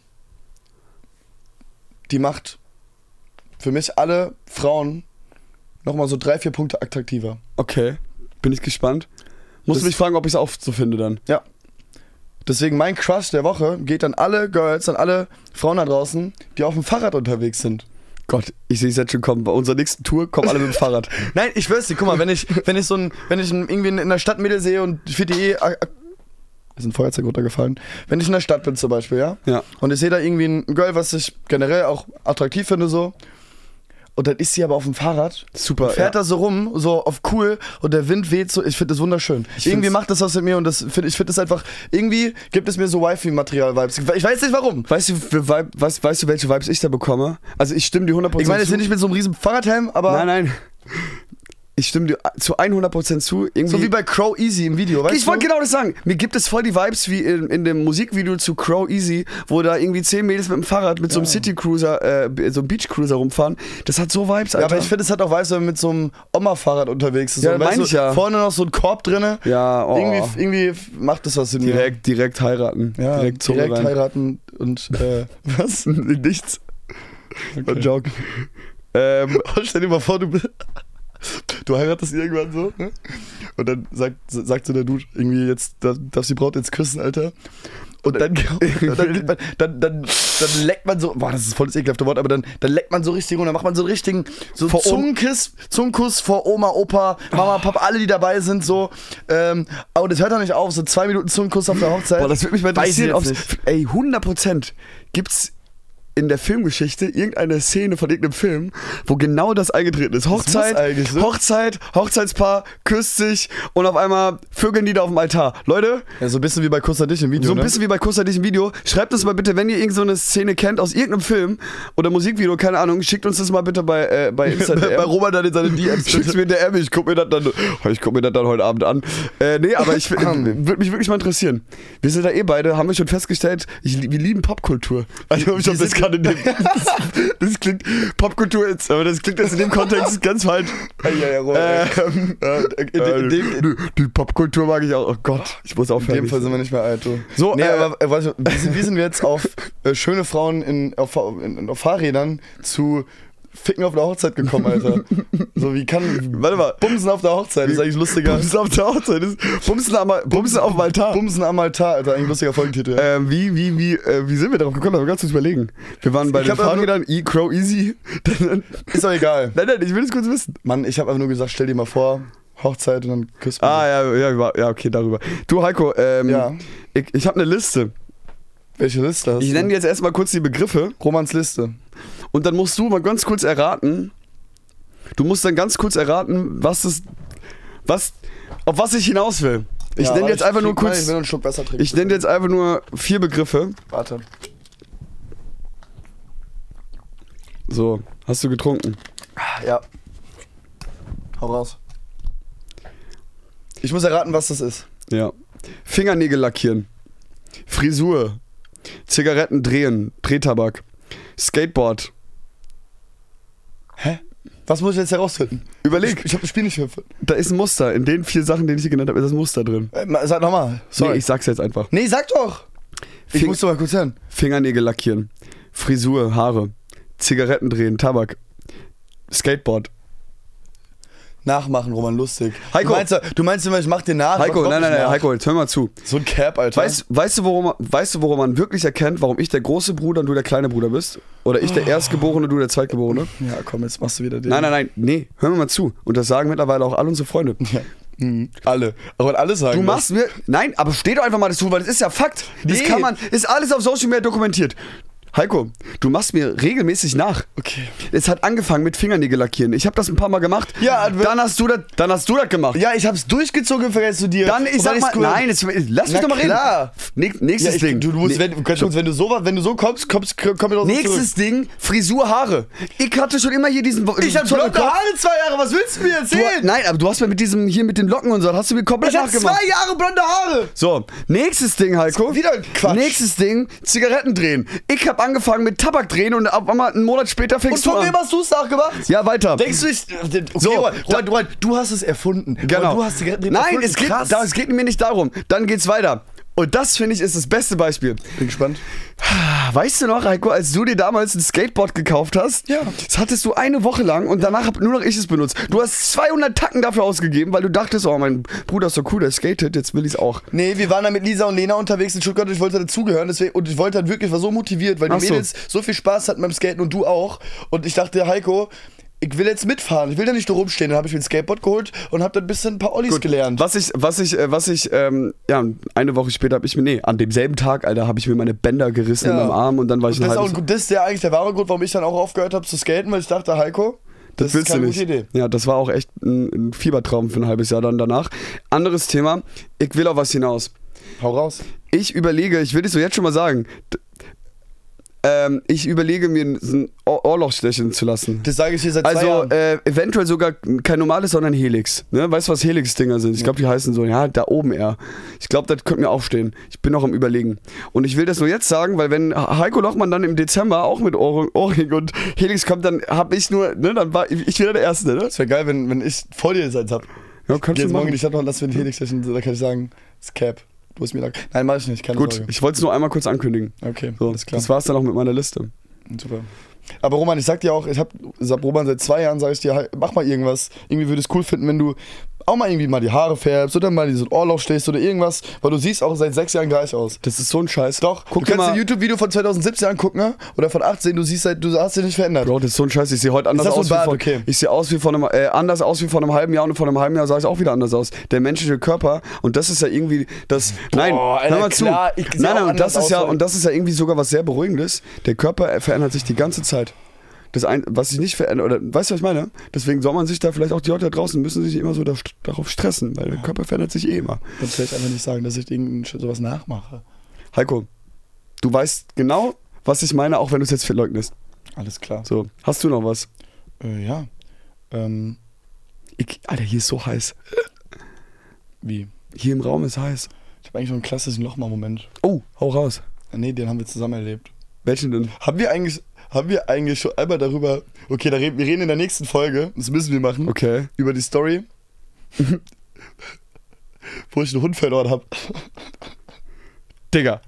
S1: die macht für mich alle Frauen nochmal so drei, vier Punkte attraktiver.
S2: Okay. Bin ich gespannt. Musst
S1: Das-
S2: du mich fragen, ob ich es auch so finde dann.
S1: Deswegen mein Crush der Woche geht an alle Girls, an alle Frauen da draußen, die auf dem Fahrrad unterwegs sind.
S2: Gott, ich sehe es jetzt schon kommen. Bei unserer nächsten Tour kommen alle mit dem Fahrrad.
S1: Nein, ich schwör's dir, guck mal, wenn ich, wenn ich so ein, wenn ich ein, irgendwie in in der Stadt Mädel sehe und ich finde die eh. ah, ah, Ist ein Feuerzeug runtergefallen. Wenn ich in der Stadt bin zum Beispiel, ja?
S2: Ja.
S1: Und ich sehe da irgendwie ein Girl, was ich generell auch attraktiv finde, so. Und dann ist sie aber auf dem Fahrrad,
S2: Super.
S1: fährt
S2: ja.
S1: da so rum, so auf cool und der Wind weht so. Ich finde das wunderschön.
S2: Ich
S1: irgendwie
S2: find's-
S1: macht das was mit mir und das find, ich finde das einfach. Irgendwie gibt es mir so Wifi-Material-Vibes. Ich weiß nicht warum.
S2: Weißt du, für Vibe, weißt, weißt du, welche Vibes ich da bekomme? Also ich stimme dir 100%
S1: Ich meine, jetzt
S2: zu.
S1: nicht mit so einem riesen Fahrradhelm, aber
S2: nein, nein. Ich stimme dir zu 100% zu. Irgendwie
S1: so wie bei Crow Easy im Video, weißt
S2: ich wollte
S1: du?
S2: genau das sagen. Mir gibt es voll die Vibes wie in, in dem Musikvideo zu Crow Easy, wo da irgendwie zehn Mädels mit dem Fahrrad mit so einem City Cruiser, äh, so einem Beach Cruiser rumfahren. Das hat so Vibes, Alter.
S1: Ja, aber ich finde, es hat auch weiß, wenn man mit so einem Oma-Fahrrad unterwegs ist.
S2: Ja,
S1: so, weißt
S2: mein
S1: du,
S2: ich ja.
S1: Vorne noch so ein Korb drinne.
S2: ja oh.
S1: Irgendwie, irgendwie f- macht das was in mir.
S2: direkt, direkt heiraten.
S1: Ja,
S2: direkt
S1: direkt,
S2: Zunge rein.
S1: heiraten und äh, was?
S2: Nichts. Ein Joke. Ähm,
S1: Stell dir mal vor, du, bist- du heiratest irgendwann so, ne? Und dann sagt, sagt so der Dude irgendwie, jetzt darf- darfst die Braut jetzt küssen, Alter. Und dann, und dann, dann, dann, dann, dann leckt man so, boah, das ist voll das ekelhafte Wort, aber dann, dann leckt man so richtig und dann macht man so einen richtigen so
S2: Vor Om-
S1: Zungenkuss, Zungenkuss vor Oma, Opa, Mama, Papa, alle, die dabei sind, so. Ähm, aber das hört doch nicht auf, so zwei Minuten Zungenkuss auf der Hochzeit.
S2: boah, das würde mich mal
S1: Weiß ich
S2: interessieren.
S1: jetzt
S2: Ob's, ey, 100% gibt's in der Filmgeschichte irgendeine Szene von irgendeinem Film, wo genau das eingetreten ist. Hochzeit,
S1: eigentlich, ne?
S2: Hochzeit, Hochzeitspaar küsst sich und auf einmal vögeln die da auf dem Altar. Leute,
S1: Ja, so ein bisschen wie bei Kuss an dich im Video.
S2: so ein
S1: ne?
S2: bisschen wie bei Kuss dich im Video. Schreibt uns mal bitte, wenn ihr irgend so eine Szene kennt aus irgendeinem Film oder Musikvideo, keine Ahnung, schickt uns das mal bitte bei, äh, bei Instagram.
S1: Bei Roman dann in seine DMs.
S2: Schickt's mir in der App, ich guck mir das dann, ich guck mir das dann heute Abend an. Äh, nee, aber ich würde mich wirklich mal interessieren. Wir sind da eh beide, haben wir schon festgestellt, ich, li- wir lieben Popkultur. Also ich glaube, das kann in dem, das, das klingt, Popkultur ist, aber das klingt jetzt in dem Kontext ganz falsch.
S1: Ja, ja, ja, Roman, ey.
S2: Ähm, äh, in, in, dem- in, die Popkultur mag ich auch. Oh Gott, ich muss
S1: In
S2: aufhören.
S1: dem Fall sind wir nicht mehr alt, du.
S2: So,
S1: nee,
S2: äh,
S1: aber äh, warte, wie, sind, wie sind wir jetzt auf äh, schöne Frauen in, auf, Fa- in, in- auf Fahrrädern zu Ficken auf der Hochzeit gekommen, Alter? so, wie kann.
S2: Warte mal.
S1: Bumsen auf der Hochzeit, ist eigentlich lustiger.
S2: Bumsen auf der Hochzeit. das ist- Bumsen, am, Bumsen auf dem Altar.
S1: Bumsen am Altar, Alter, eigentlich ein lustiger Folgentitel.
S2: Ähm, wie, wie, wie, äh, wie sind wir darauf gekommen? Da ganz kurz überlegen. Wir waren bei
S1: Ich
S2: den
S1: hab einfach nur-
S2: Fahrrädern, E, Crow Easy. Dann,
S1: Ist doch egal.
S2: Nein, nein, ich will es kurz wissen.
S1: Mann, ich habe einfach nur gesagt, stell dir mal vor, Hochzeit und dann küsst man.
S2: Ah, ja, ja, über- ja okay, darüber. Du, Heiko, ähm,
S1: Ja.
S2: ich, ich habe eine Liste.
S1: Welche Liste hast
S2: Ich
S1: du?
S2: nenne dir jetzt erstmal kurz die Begriffe
S1: Romans Liste.
S2: und dann musst du mal ganz kurz erraten. Du musst dann ganz kurz erraten, was es. Was, auf was ich hinaus will. Ich
S1: Ja,
S2: nenne
S1: warte,
S2: jetzt einfach nur
S1: trink mal, Ich
S2: kurz.
S1: will nur einen Schluck Wasser trinken.
S2: Ich nenne jetzt einfach nur vier Begriffe.
S1: Warte.
S2: So, hast du getrunken?
S1: Ja. Hau raus. Ich muss erraten, was das ist.
S2: Ja. Fingernägel lackieren. Frisur. Zigaretten drehen. Drehtabak. Skateboard.
S1: Hä? Was muss ich jetzt herausfinden?
S2: Überleg.
S1: Ich, ich habe das Spiel nicht gehört.
S2: Da ist ein Muster. In den vier Sachen, die ich hier genannt habe, ist das Muster drin.
S1: Äh, ma- sag nochmal. Sorry.
S2: Nee,
S1: Nee,
S2: ich sag's jetzt einfach.
S1: sag doch. Ich
S2: Fing-
S1: muss doch mal kurz hören.
S2: Fingernägel lackieren. Frisur, Haare. Zigaretten drehen. Tabak. Skateboard.
S1: Nachmachen, Roman, lustig.
S2: Heiko.
S1: Du meinst, ja- du meinst immer, ich mach dir nach.
S2: Heiko,
S1: aber kommt
S2: nein, nein,
S1: nicht
S2: nein,
S1: nach.
S2: Heiko, jetzt hör mal zu.
S1: So ein Cap, Alter.
S2: Weißt, weißt, du, worum, weißt du, worum man wirklich erkennt, warum ich der große Bruder und du der kleine Bruder bist? Oder ich der Erstgeborene, du der Zweitgeborene?
S1: ja, komm, jetzt machst du wieder den.
S2: Nein, nein, nein, nee, hör mir mal zu. Und das sagen mittlerweile auch alle unsere Freunde.
S1: Mhm. Alle. Aber alle sagen.
S2: Du
S1: das.
S2: machst mir. Nein, aber steh doch einfach mal dazu, weil das ist ja Fakt. Das
S1: Nee.
S2: kann man. Ist alles auf Social Media dokumentiert. Heiko, du machst mir regelmäßig nach.
S1: Okay.
S2: Es hat angefangen mit Fingernägel lackieren. Ich habe das ein paar Mal gemacht.
S1: Ja, Advent-
S2: dann hast du das, dann hast du das gemacht.
S1: Ja, ich hab's durchgezogen im Vergleich zu dir.
S2: Dann ich
S1: Und
S2: sag
S1: weil
S2: mal,
S1: cool-
S2: nein, jetzt, lass mich
S1: Na
S2: doch mal reden.
S1: klar.
S2: Näch-
S1: Ja,
S2: nächstes
S1: ich,
S2: Ding.
S1: du musst,
S2: Nee.
S1: wenn, du, kannst- wenn du so was- wenn du so kommst, kommst, komm, komm doch so zurück.
S2: nächstes Ding, Frisur, Haare. Ich hatte schon immer hier diesen.
S1: Ich hab blonde Haare zwei Jahre, was willst du mir
S2: Du,
S1: erzählen?
S2: nein, aber du hast mir mit diesem hier mit den Locken und so, hast du mir komplett
S1: ich hab
S2: nachgemacht.
S1: zwei Jahre blonde Haare.
S2: So, nächstes Ding, Heiko.
S1: Wieder Quatsch.
S2: Nächstes Ding, Zigaretten drehen. Ich habe angefangen mit Tabak drehen und ab einmal einen Monat später
S1: Und
S2: fängst
S1: von
S2: du an.
S1: wem hast du es nachgemacht?
S2: Ja, weiter.
S1: Denkst du, ich. Okay,
S2: So,
S1: so, Roman, Roman, Roman, du hast es erfunden. Roman,
S2: Genau.
S1: Du hast die Zigaretten
S2: Nein,
S1: erfunden.
S2: es geht,
S1: Krass.
S2: da, es geht mir nicht darum. Dann geht's weiter. Und das, finde ich, ist das beste Beispiel.
S1: Bin gespannt.
S2: Weißt du noch, Heiko, als du dir damals ein Skateboard gekauft hast?
S1: Ja.
S2: Das hattest du eine Woche lang und danach hab nur noch ich es benutzt. Du hast 200 Tacken dafür ausgegeben, weil du dachtest, oh, mein Bruder ist so cool, der skatet, jetzt will ich's auch.
S1: Nee, wir waren da mit Lisa und Lena unterwegs in Stuttgart und ich wollte dazugehören deswegen, und ich wollte halt wirklich, war so motiviert, weil die
S2: Ach so.
S1: Mädels so viel Spaß hatten beim Skaten und du auch. Und ich dachte, Heiko, ich will jetzt mitfahren, ich will da nicht nur rumstehen. Dann habe ich mir ein Skateboard geholt und habe dann ein bisschen ein paar Ollis gelernt.
S2: Was ich, was ich, äh, was ich, ähm, ja, eine Woche später habe ich mir, nee, an demselben Tag, Alter, habe ich mir meine Bänder gerissen in
S1: Ja.
S2: meinem Arm und dann halt war ich
S1: Das
S2: ein
S1: ist, auch
S2: halbes
S1: ein, gut- das ist der eigentlich der wahre Grund, warum ich dann auch aufgehört habe zu skaten, weil ich dachte, Heiko, das, ist
S2: willst du
S1: keine
S2: nicht.
S1: gute Idee.
S2: Ja, das war auch echt ein, ein Fiebertraum für ein halbes Jahr dann danach. Anderes Thema, ich will auf was hinaus.
S1: Hau raus.
S2: Ich überlege, ich will dich so jetzt schon mal sagen, d- ähm, ich überlege mir ein Ohr- Ohrloch stechen zu lassen.
S1: Das sage ich dir seit zwei
S2: Also
S1: Jahren.
S2: äh, eventuell sogar kein normales, sondern Helix. Ne? Weißt du, was Helix-Dinger sind? Ich glaube, die heißen so, ja, da oben eher. Ich glaube, das könnte mir aufstehen. Ich bin noch am überlegen. Und ich will das nur jetzt sagen, weil wenn Heiko Lochmann dann im Dezember auch mit Ohr Ohrring und Helix kommt, dann habe ich nur, ne, dann war ich wieder der Erste, ne?
S1: das wäre geil, wenn, wenn ich vor dir sein hab.
S2: Ja,
S1: Jetzt
S2: kannst du
S1: morgen
S2: machen.
S1: nicht hab noch ein Lass mit Helix Session, da kann ich sagen, ist Cap. Du hast mir da. Nein, mach ich nicht, keine
S2: Gut,
S1: Sorge.
S2: ich wollte es nur einmal kurz ankündigen.
S1: Okay,
S2: So,
S1: alles klar.
S2: Das war's dann auch mit meiner Liste.
S1: Super. Aber Roman, ich sag dir auch, ich hab, sag Roman, seit zwei Jahren sage ich dir, halt, mach mal irgendwas. Irgendwie würde es cool finden, wenn du auch mal irgendwie mal die Haare färbst oder mal diesen Ohrloch stehst oder irgendwas, weil du siehst auch seit sechs Jahren gleich aus.
S2: Das ist so ein Scheiß.
S1: Doch, du
S2: guck dir
S1: kannst
S2: mal.
S1: ein YouTube-Video von 2017 angucken, ne? Oder von 18, du siehst seit, du hast dich nicht verändert.
S2: Bro, das ist so ein Scheiß. Ich sehe heute anders
S1: das so ein
S2: aus, wie
S1: Bart?
S2: von,
S1: Okay.
S2: ich sehe aus wie von einem, äh, anders aus wie vor einem halben Jahr und vor einem halben Jahr sah ich auch wieder anders aus. Der menschliche Körper und das ist ja irgendwie das. nein,
S1: Alter,
S2: hör mal zu.
S1: klar, ich sehe
S2: nein, nein,
S1: auch
S2: und das
S1: anders
S2: ist ja
S1: aus,
S2: und das ist ja irgendwie sogar was sehr beruhigendes. Der Körper äh, verändert sich die ganze Zeit. Das ein, was sich nicht verändert, oder weißt du, was ich meine? Deswegen soll man sich da vielleicht auch die Leute da draußen müssen sich nicht immer so da, darauf stressen, weil der Körper verändert sich eh immer.
S1: Ich kann vielleicht einfach nicht sagen, dass ich irgend sowas nachmache.
S2: Heiko, du weißt genau, was ich meine, auch wenn du es jetzt verleugnest.
S1: Alles klar.
S2: So, hast du noch was?
S1: Äh, ja. Ähm,
S2: Ich, Alter, hier ist so heiß.
S1: wie?
S2: Hier im Raum ist heiß.
S1: Ich habe eigentlich so einen klassischen Lochmal-Moment.
S2: Oh, hau raus.
S1: Ah, Nee, den haben wir zusammen erlebt.
S2: Welchen denn?
S1: Haben wir eigentlich, haben wir eigentlich schon einmal darüber. Okay, da reden, wir reden in der nächsten Folge, das müssen wir machen,
S2: Okay.
S1: über die Story, wo ich einen Hund verloren habe.
S2: Digga.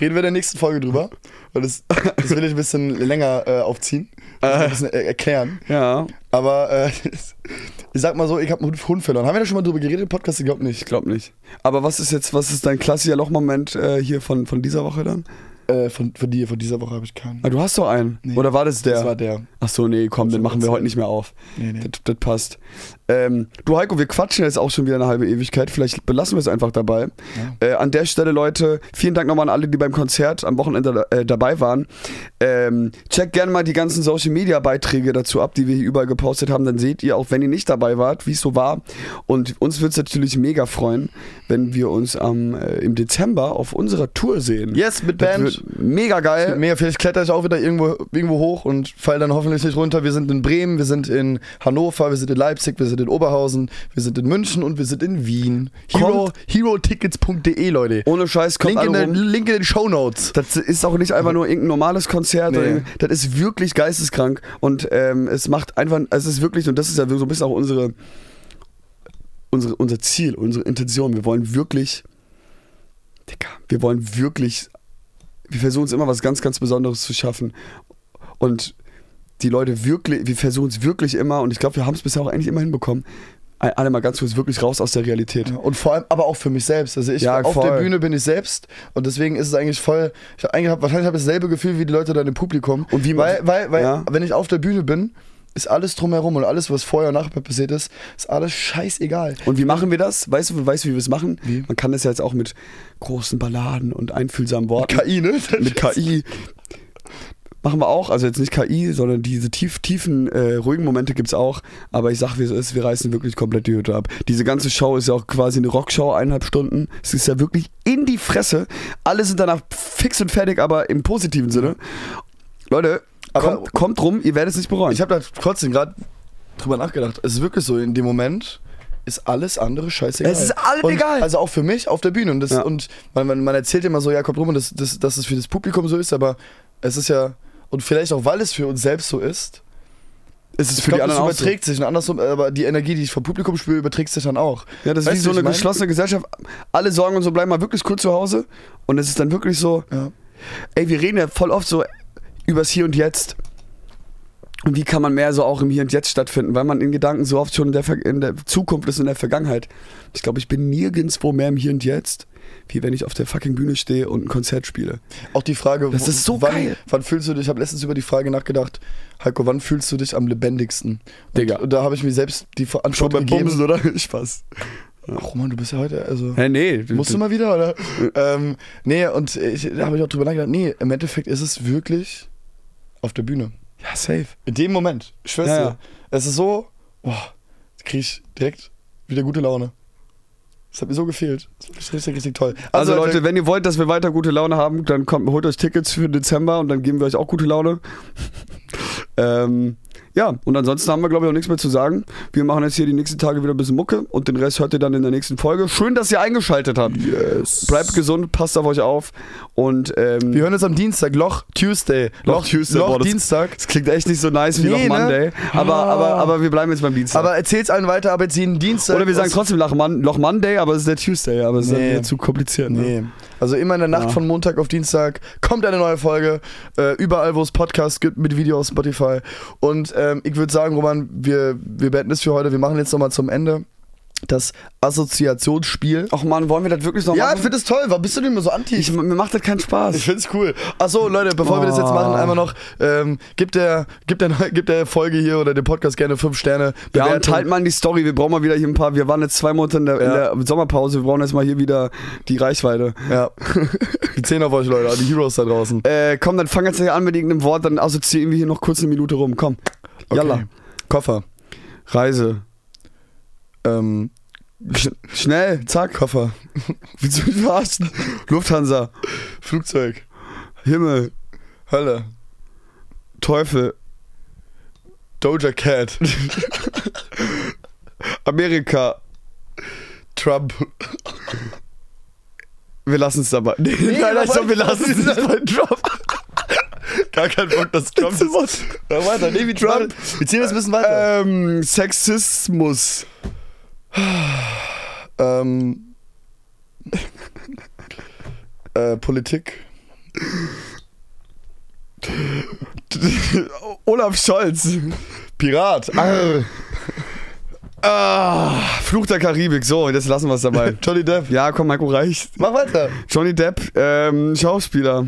S1: Reden wir in der nächsten Folge drüber. Weil das, das will ich ein bisschen länger äh, aufziehen, das ein bisschen äh, erklären.
S2: Ja,
S1: Aber äh, ich sag mal so, ich habe einen Hund verloren. Haben wir da schon mal drüber geredet im Podcast? Ich glaube nicht.
S2: glaub nicht. Aber was ist jetzt, was ist dein klassischer Lochmoment äh, hier von, von dieser Woche dann?
S1: Äh, von, von dir, von dieser Woche habe ich keinen.
S2: Ah, du hast doch einen.
S1: Nee.
S2: Oder war das der?
S1: Das war der.
S2: Ach so, nee, komm, den machen wir heute nicht mehr auf.
S1: Nee, nee.
S2: Das, das passt. Ähm, du Heiko, wir quatschen jetzt auch schon wieder eine halbe Ewigkeit. Vielleicht belassen wir es einfach dabei. Äh, an der Stelle, Leute, vielen Dank nochmal an alle, die beim Konzert am Wochenende äh, dabei waren. Ähm, checkt gerne mal die ganzen Social Media Beiträge dazu ab, die wir hier überall gepostet haben. Dann seht ihr, auch wenn ihr nicht dabei wart, wie es so war. Und uns wird es natürlich mega freuen, wenn wir uns am, äh, im Dezember auf unserer Tour sehen.
S1: Yes, mit
S2: Das
S1: Band.
S2: wird mega geil.
S1: Mega, vielleicht kletter ich auch wieder irgendwo, irgendwo hoch und fall dann hoffentlich nicht runter. Wir sind in Bremen, wir sind in Hannover, wir sind in Leipzig, wir sind in Oberhausen, wir sind in München und wir sind in Wien. Hero,
S2: Kommt.
S1: herotickets.de, E, Leute.
S2: Ohne Scheiß, kommt
S1: Link in,
S2: alle
S1: den,
S2: rum.
S1: Link in den Show Notes.
S2: Das ist auch nicht einfach nur irgendein normales Konzert.
S1: Mhm. Nee.
S2: Oder irgend- das ist wirklich geisteskrank. Und ähm, es macht einfach, es ist wirklich, und das ist ja so ein bisschen auch unsere, unsere, unser Ziel, unsere Intention. Wir wollen wirklich, Digga, wir wollen wirklich, wir versuchen uns immer was ganz, ganz Besonderes zu schaffen. Und die Leute wirklich, wir versuchen es wirklich immer, und ich glaube, wir haben es bisher auch eigentlich immer hinbekommen, alle mal ganz kurz wirklich raus aus der Realität.
S1: Und vor allem, aber auch für mich selbst. Also ich
S2: Ja,
S1: auf der
S2: voll.
S1: Bühne bin ich selbst und deswegen ist es eigentlich voll. Ich hab, eigentlich hab, wahrscheinlich habe ich dasselbe Gefühl wie die Leute da im Publikum.
S2: Und wie man-
S1: weil, weil, weil
S2: Ja.
S1: wenn ich auf der Bühne bin, ist alles drumherum und alles, was vorher und nachher passiert ist, ist alles scheißegal.
S2: Und wie machen wir das? Weißt du, weißt du, wie wir es machen?
S1: Wie?
S2: Man kann das ja jetzt auch mit großen Balladen und einfühlsamen Worten.
S1: KI, ne?
S2: Mit KI. Machen wir auch, also jetzt nicht KI, sondern diese tief, tiefen, äh, ruhigen Momente gibt's auch. Aber ich sag, wie es ist, wir reißen wirklich komplett die Hütte ab. Diese ganze Show ist ja auch quasi eine Rockshow, eineinhalb Stunden. Es ist ja wirklich in die Fresse. Alle sind danach fix und fertig, aber im positiven Sinne. Leute,
S1: Aber-
S2: kommt, kommt rum, ihr werdet es nicht bereuen.
S1: Ich habe da trotzdem gerade drüber nachgedacht. Es ist wirklich so, in dem Moment ist alles andere scheißegal.
S2: Es ist alles
S1: und
S2: egal.
S1: Also auch für mich auf der Bühne. Und, das,
S2: Ja.
S1: und man, man, man erzählt immer so, ja, kommt rum und das, das, dass es für das Publikum so ist, aber es ist ja, und vielleicht auch weil es für uns selbst so ist,
S2: Ist es
S1: ich
S2: für
S1: glaub,
S2: die
S1: das
S2: anderen auch so?
S1: überträgt sich und andersrum, aber die Energie, die ich vom Publikum spüre, überträgt sich dann auch.
S2: Ja, das ist
S1: Weißt du,
S2: wie
S1: was
S2: so eine
S1: ich mein?
S2: geschlossene Gesellschaft. Alle Sorgen und so bleiben mal wirklich cool zu Hause. Und es ist dann wirklich so,
S1: Ja.
S2: ey, wir reden ja voll oft so übers Hier und Jetzt. Und wie kann man mehr so auch im Hier und Jetzt stattfinden, weil man in Gedanken so oft schon in der, Ver in der Zukunft ist, und in der Vergangenheit. Ich glaube, ich bin nirgendwo mehr im Hier und Jetzt, wie wenn ich auf der fucking Bühne stehe und ein Konzert spiele.
S1: Auch die Frage,
S2: Das
S1: wo-
S2: ist so
S1: wann,
S2: geil.
S1: wann fühlst du dich, ich habe letztens über die Frage nachgedacht, Heiko, wann fühlst du dich am lebendigsten? Und,
S2: Digga.
S1: und da habe ich mir selbst die Ver- Antwort gegeben.
S2: oder? Spaß.
S1: Ach man, du bist ja heute, also...
S2: Hä, nee.
S1: Musst du mal wieder, oder? ähm, nee, und ich, da habe ich auch drüber nachgedacht. Nee, im Endeffekt ist es wirklich auf der Bühne.
S2: Ja, safe.
S1: In dem Moment, ich schwör's
S2: Ja,
S1: dir.
S2: ja.
S1: Es ist so, boah, jetzt krieg ich direkt wieder gute Laune. Das hat mir so gefehlt. Das ist richtig, richtig toll.
S2: Also, Leute, wenn ihr wollt, dass wir weiter gute Laune haben, dann kommt, holt euch Tickets für Dezember und dann geben wir euch auch gute Laune. ähm, ja, und ansonsten haben wir, glaube ich, auch nichts mehr zu sagen. Wir machen jetzt hier die nächsten Tage wieder ein bisschen Mucke und den Rest hört ihr dann in der nächsten Folge. Schön, dass ihr eingeschaltet habt.
S1: yes.
S2: Bleibt gesund, passt auf euch auf und ähm,
S1: Wir hören uns am Dienstag, Loch Tuesday.
S2: Loch Tuesday,
S1: Loch
S2: boah, das-
S1: Dienstag.
S2: es klingt echt nicht so nice wie
S1: Nee,
S2: noch
S1: ne?
S2: Monday, aber,
S1: Ah.
S2: aber, aber wir bleiben jetzt beim Dienstag.
S1: Aber erzähl's allen weiter, aber jetzt jeden Dienstag.
S2: Oder wir sagen
S1: was-
S2: trotzdem Loch Mon- Loch Monday, aber es ist der Tuesday, aber es ist
S1: Nee.
S2: dann wieder zu kompliziert. Ne?
S1: Nee. Also immer in der Nacht
S2: Ja.
S1: von Montag auf Dienstag kommt eine neue Folge. Äh, überall, wo es Podcasts gibt, mit Video auf Spotify. Und ähm, ich würde sagen, Roman, wir, wir beenden es für heute. Wir machen jetzt nochmal zum Ende das Assoziationsspiel.
S2: Ach man, wollen wir das wirklich noch
S1: Ja, ich
S2: machen?
S1: finde es toll. Warum bist du denn immer so anti?
S2: Oh, Ich, mir macht das keinen Spaß.
S1: Ich find's cool. Achso, Leute, bevor wir das jetzt
S2: Oh.
S1: machen, einmal noch, ähm, gibt der, gibt der, gibt der Folge hier oder dem Podcast gerne 5 Sterne.
S2: Ja, und
S1: Bewertung.
S2: teilt mal in die Story. Wir brauchen mal wieder hier ein paar. Wir waren jetzt zwei Monate in der, in der Sommerpause. Wir brauchen jetzt mal hier wieder die Reichweite.
S1: Ja. Die 10 auf euch, Leute, die Heroes da draußen.
S2: Äh, komm, dann fang jetzt nicht an mit irgendeinem Wort. Dann assoziieren wir hier noch kurz eine Minute rum. Komm. Jalla.
S1: Koffer.
S2: Reise.
S1: Ähm,
S2: Sch schnell. Zack.
S1: Koffer.
S2: Willst du mich verarschen? Lufthansa.
S1: Flugzeug.
S2: Himmel.
S1: Hölle.
S2: Teufel.
S1: Doja Cat.
S2: Amerika.
S1: Trump.
S2: Wir lassen es dabei. Nee, nein, nein,
S1: aber
S2: stopp, wir
S1: ich-
S2: lassen es nicht bei Trump.
S1: Gar kein Bock, dass Trump ist. Ja, Äh, weiter, nee, wie Trump. Wir ziehen das ein bisschen weiter.
S2: Ähm, Sexismus.
S1: Ähm. äh, Politik.
S2: Olaf Scholz.
S1: Pirat. Arr.
S2: Ah, Fluch der Karibik. So, jetzt lassen wir es dabei.
S1: Johnny Depp.
S2: ja, komm, Marco, reicht.
S1: Mach weiter.
S2: Johnny Depp, ähm, Schauspieler.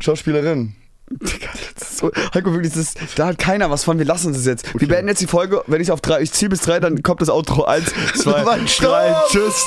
S1: Schauspielerin.
S2: Digga, das ist so, Heiko, wirklich, das ist, da hat keiner was von. Wir lassen es jetzt. Wir beenden jetzt die Folge. Wenn ich auf drei, ich ziehe bis drei, dann kommt das Outro. Eins, zwei,
S1: Mann, stopp!
S2: drei, tschüss.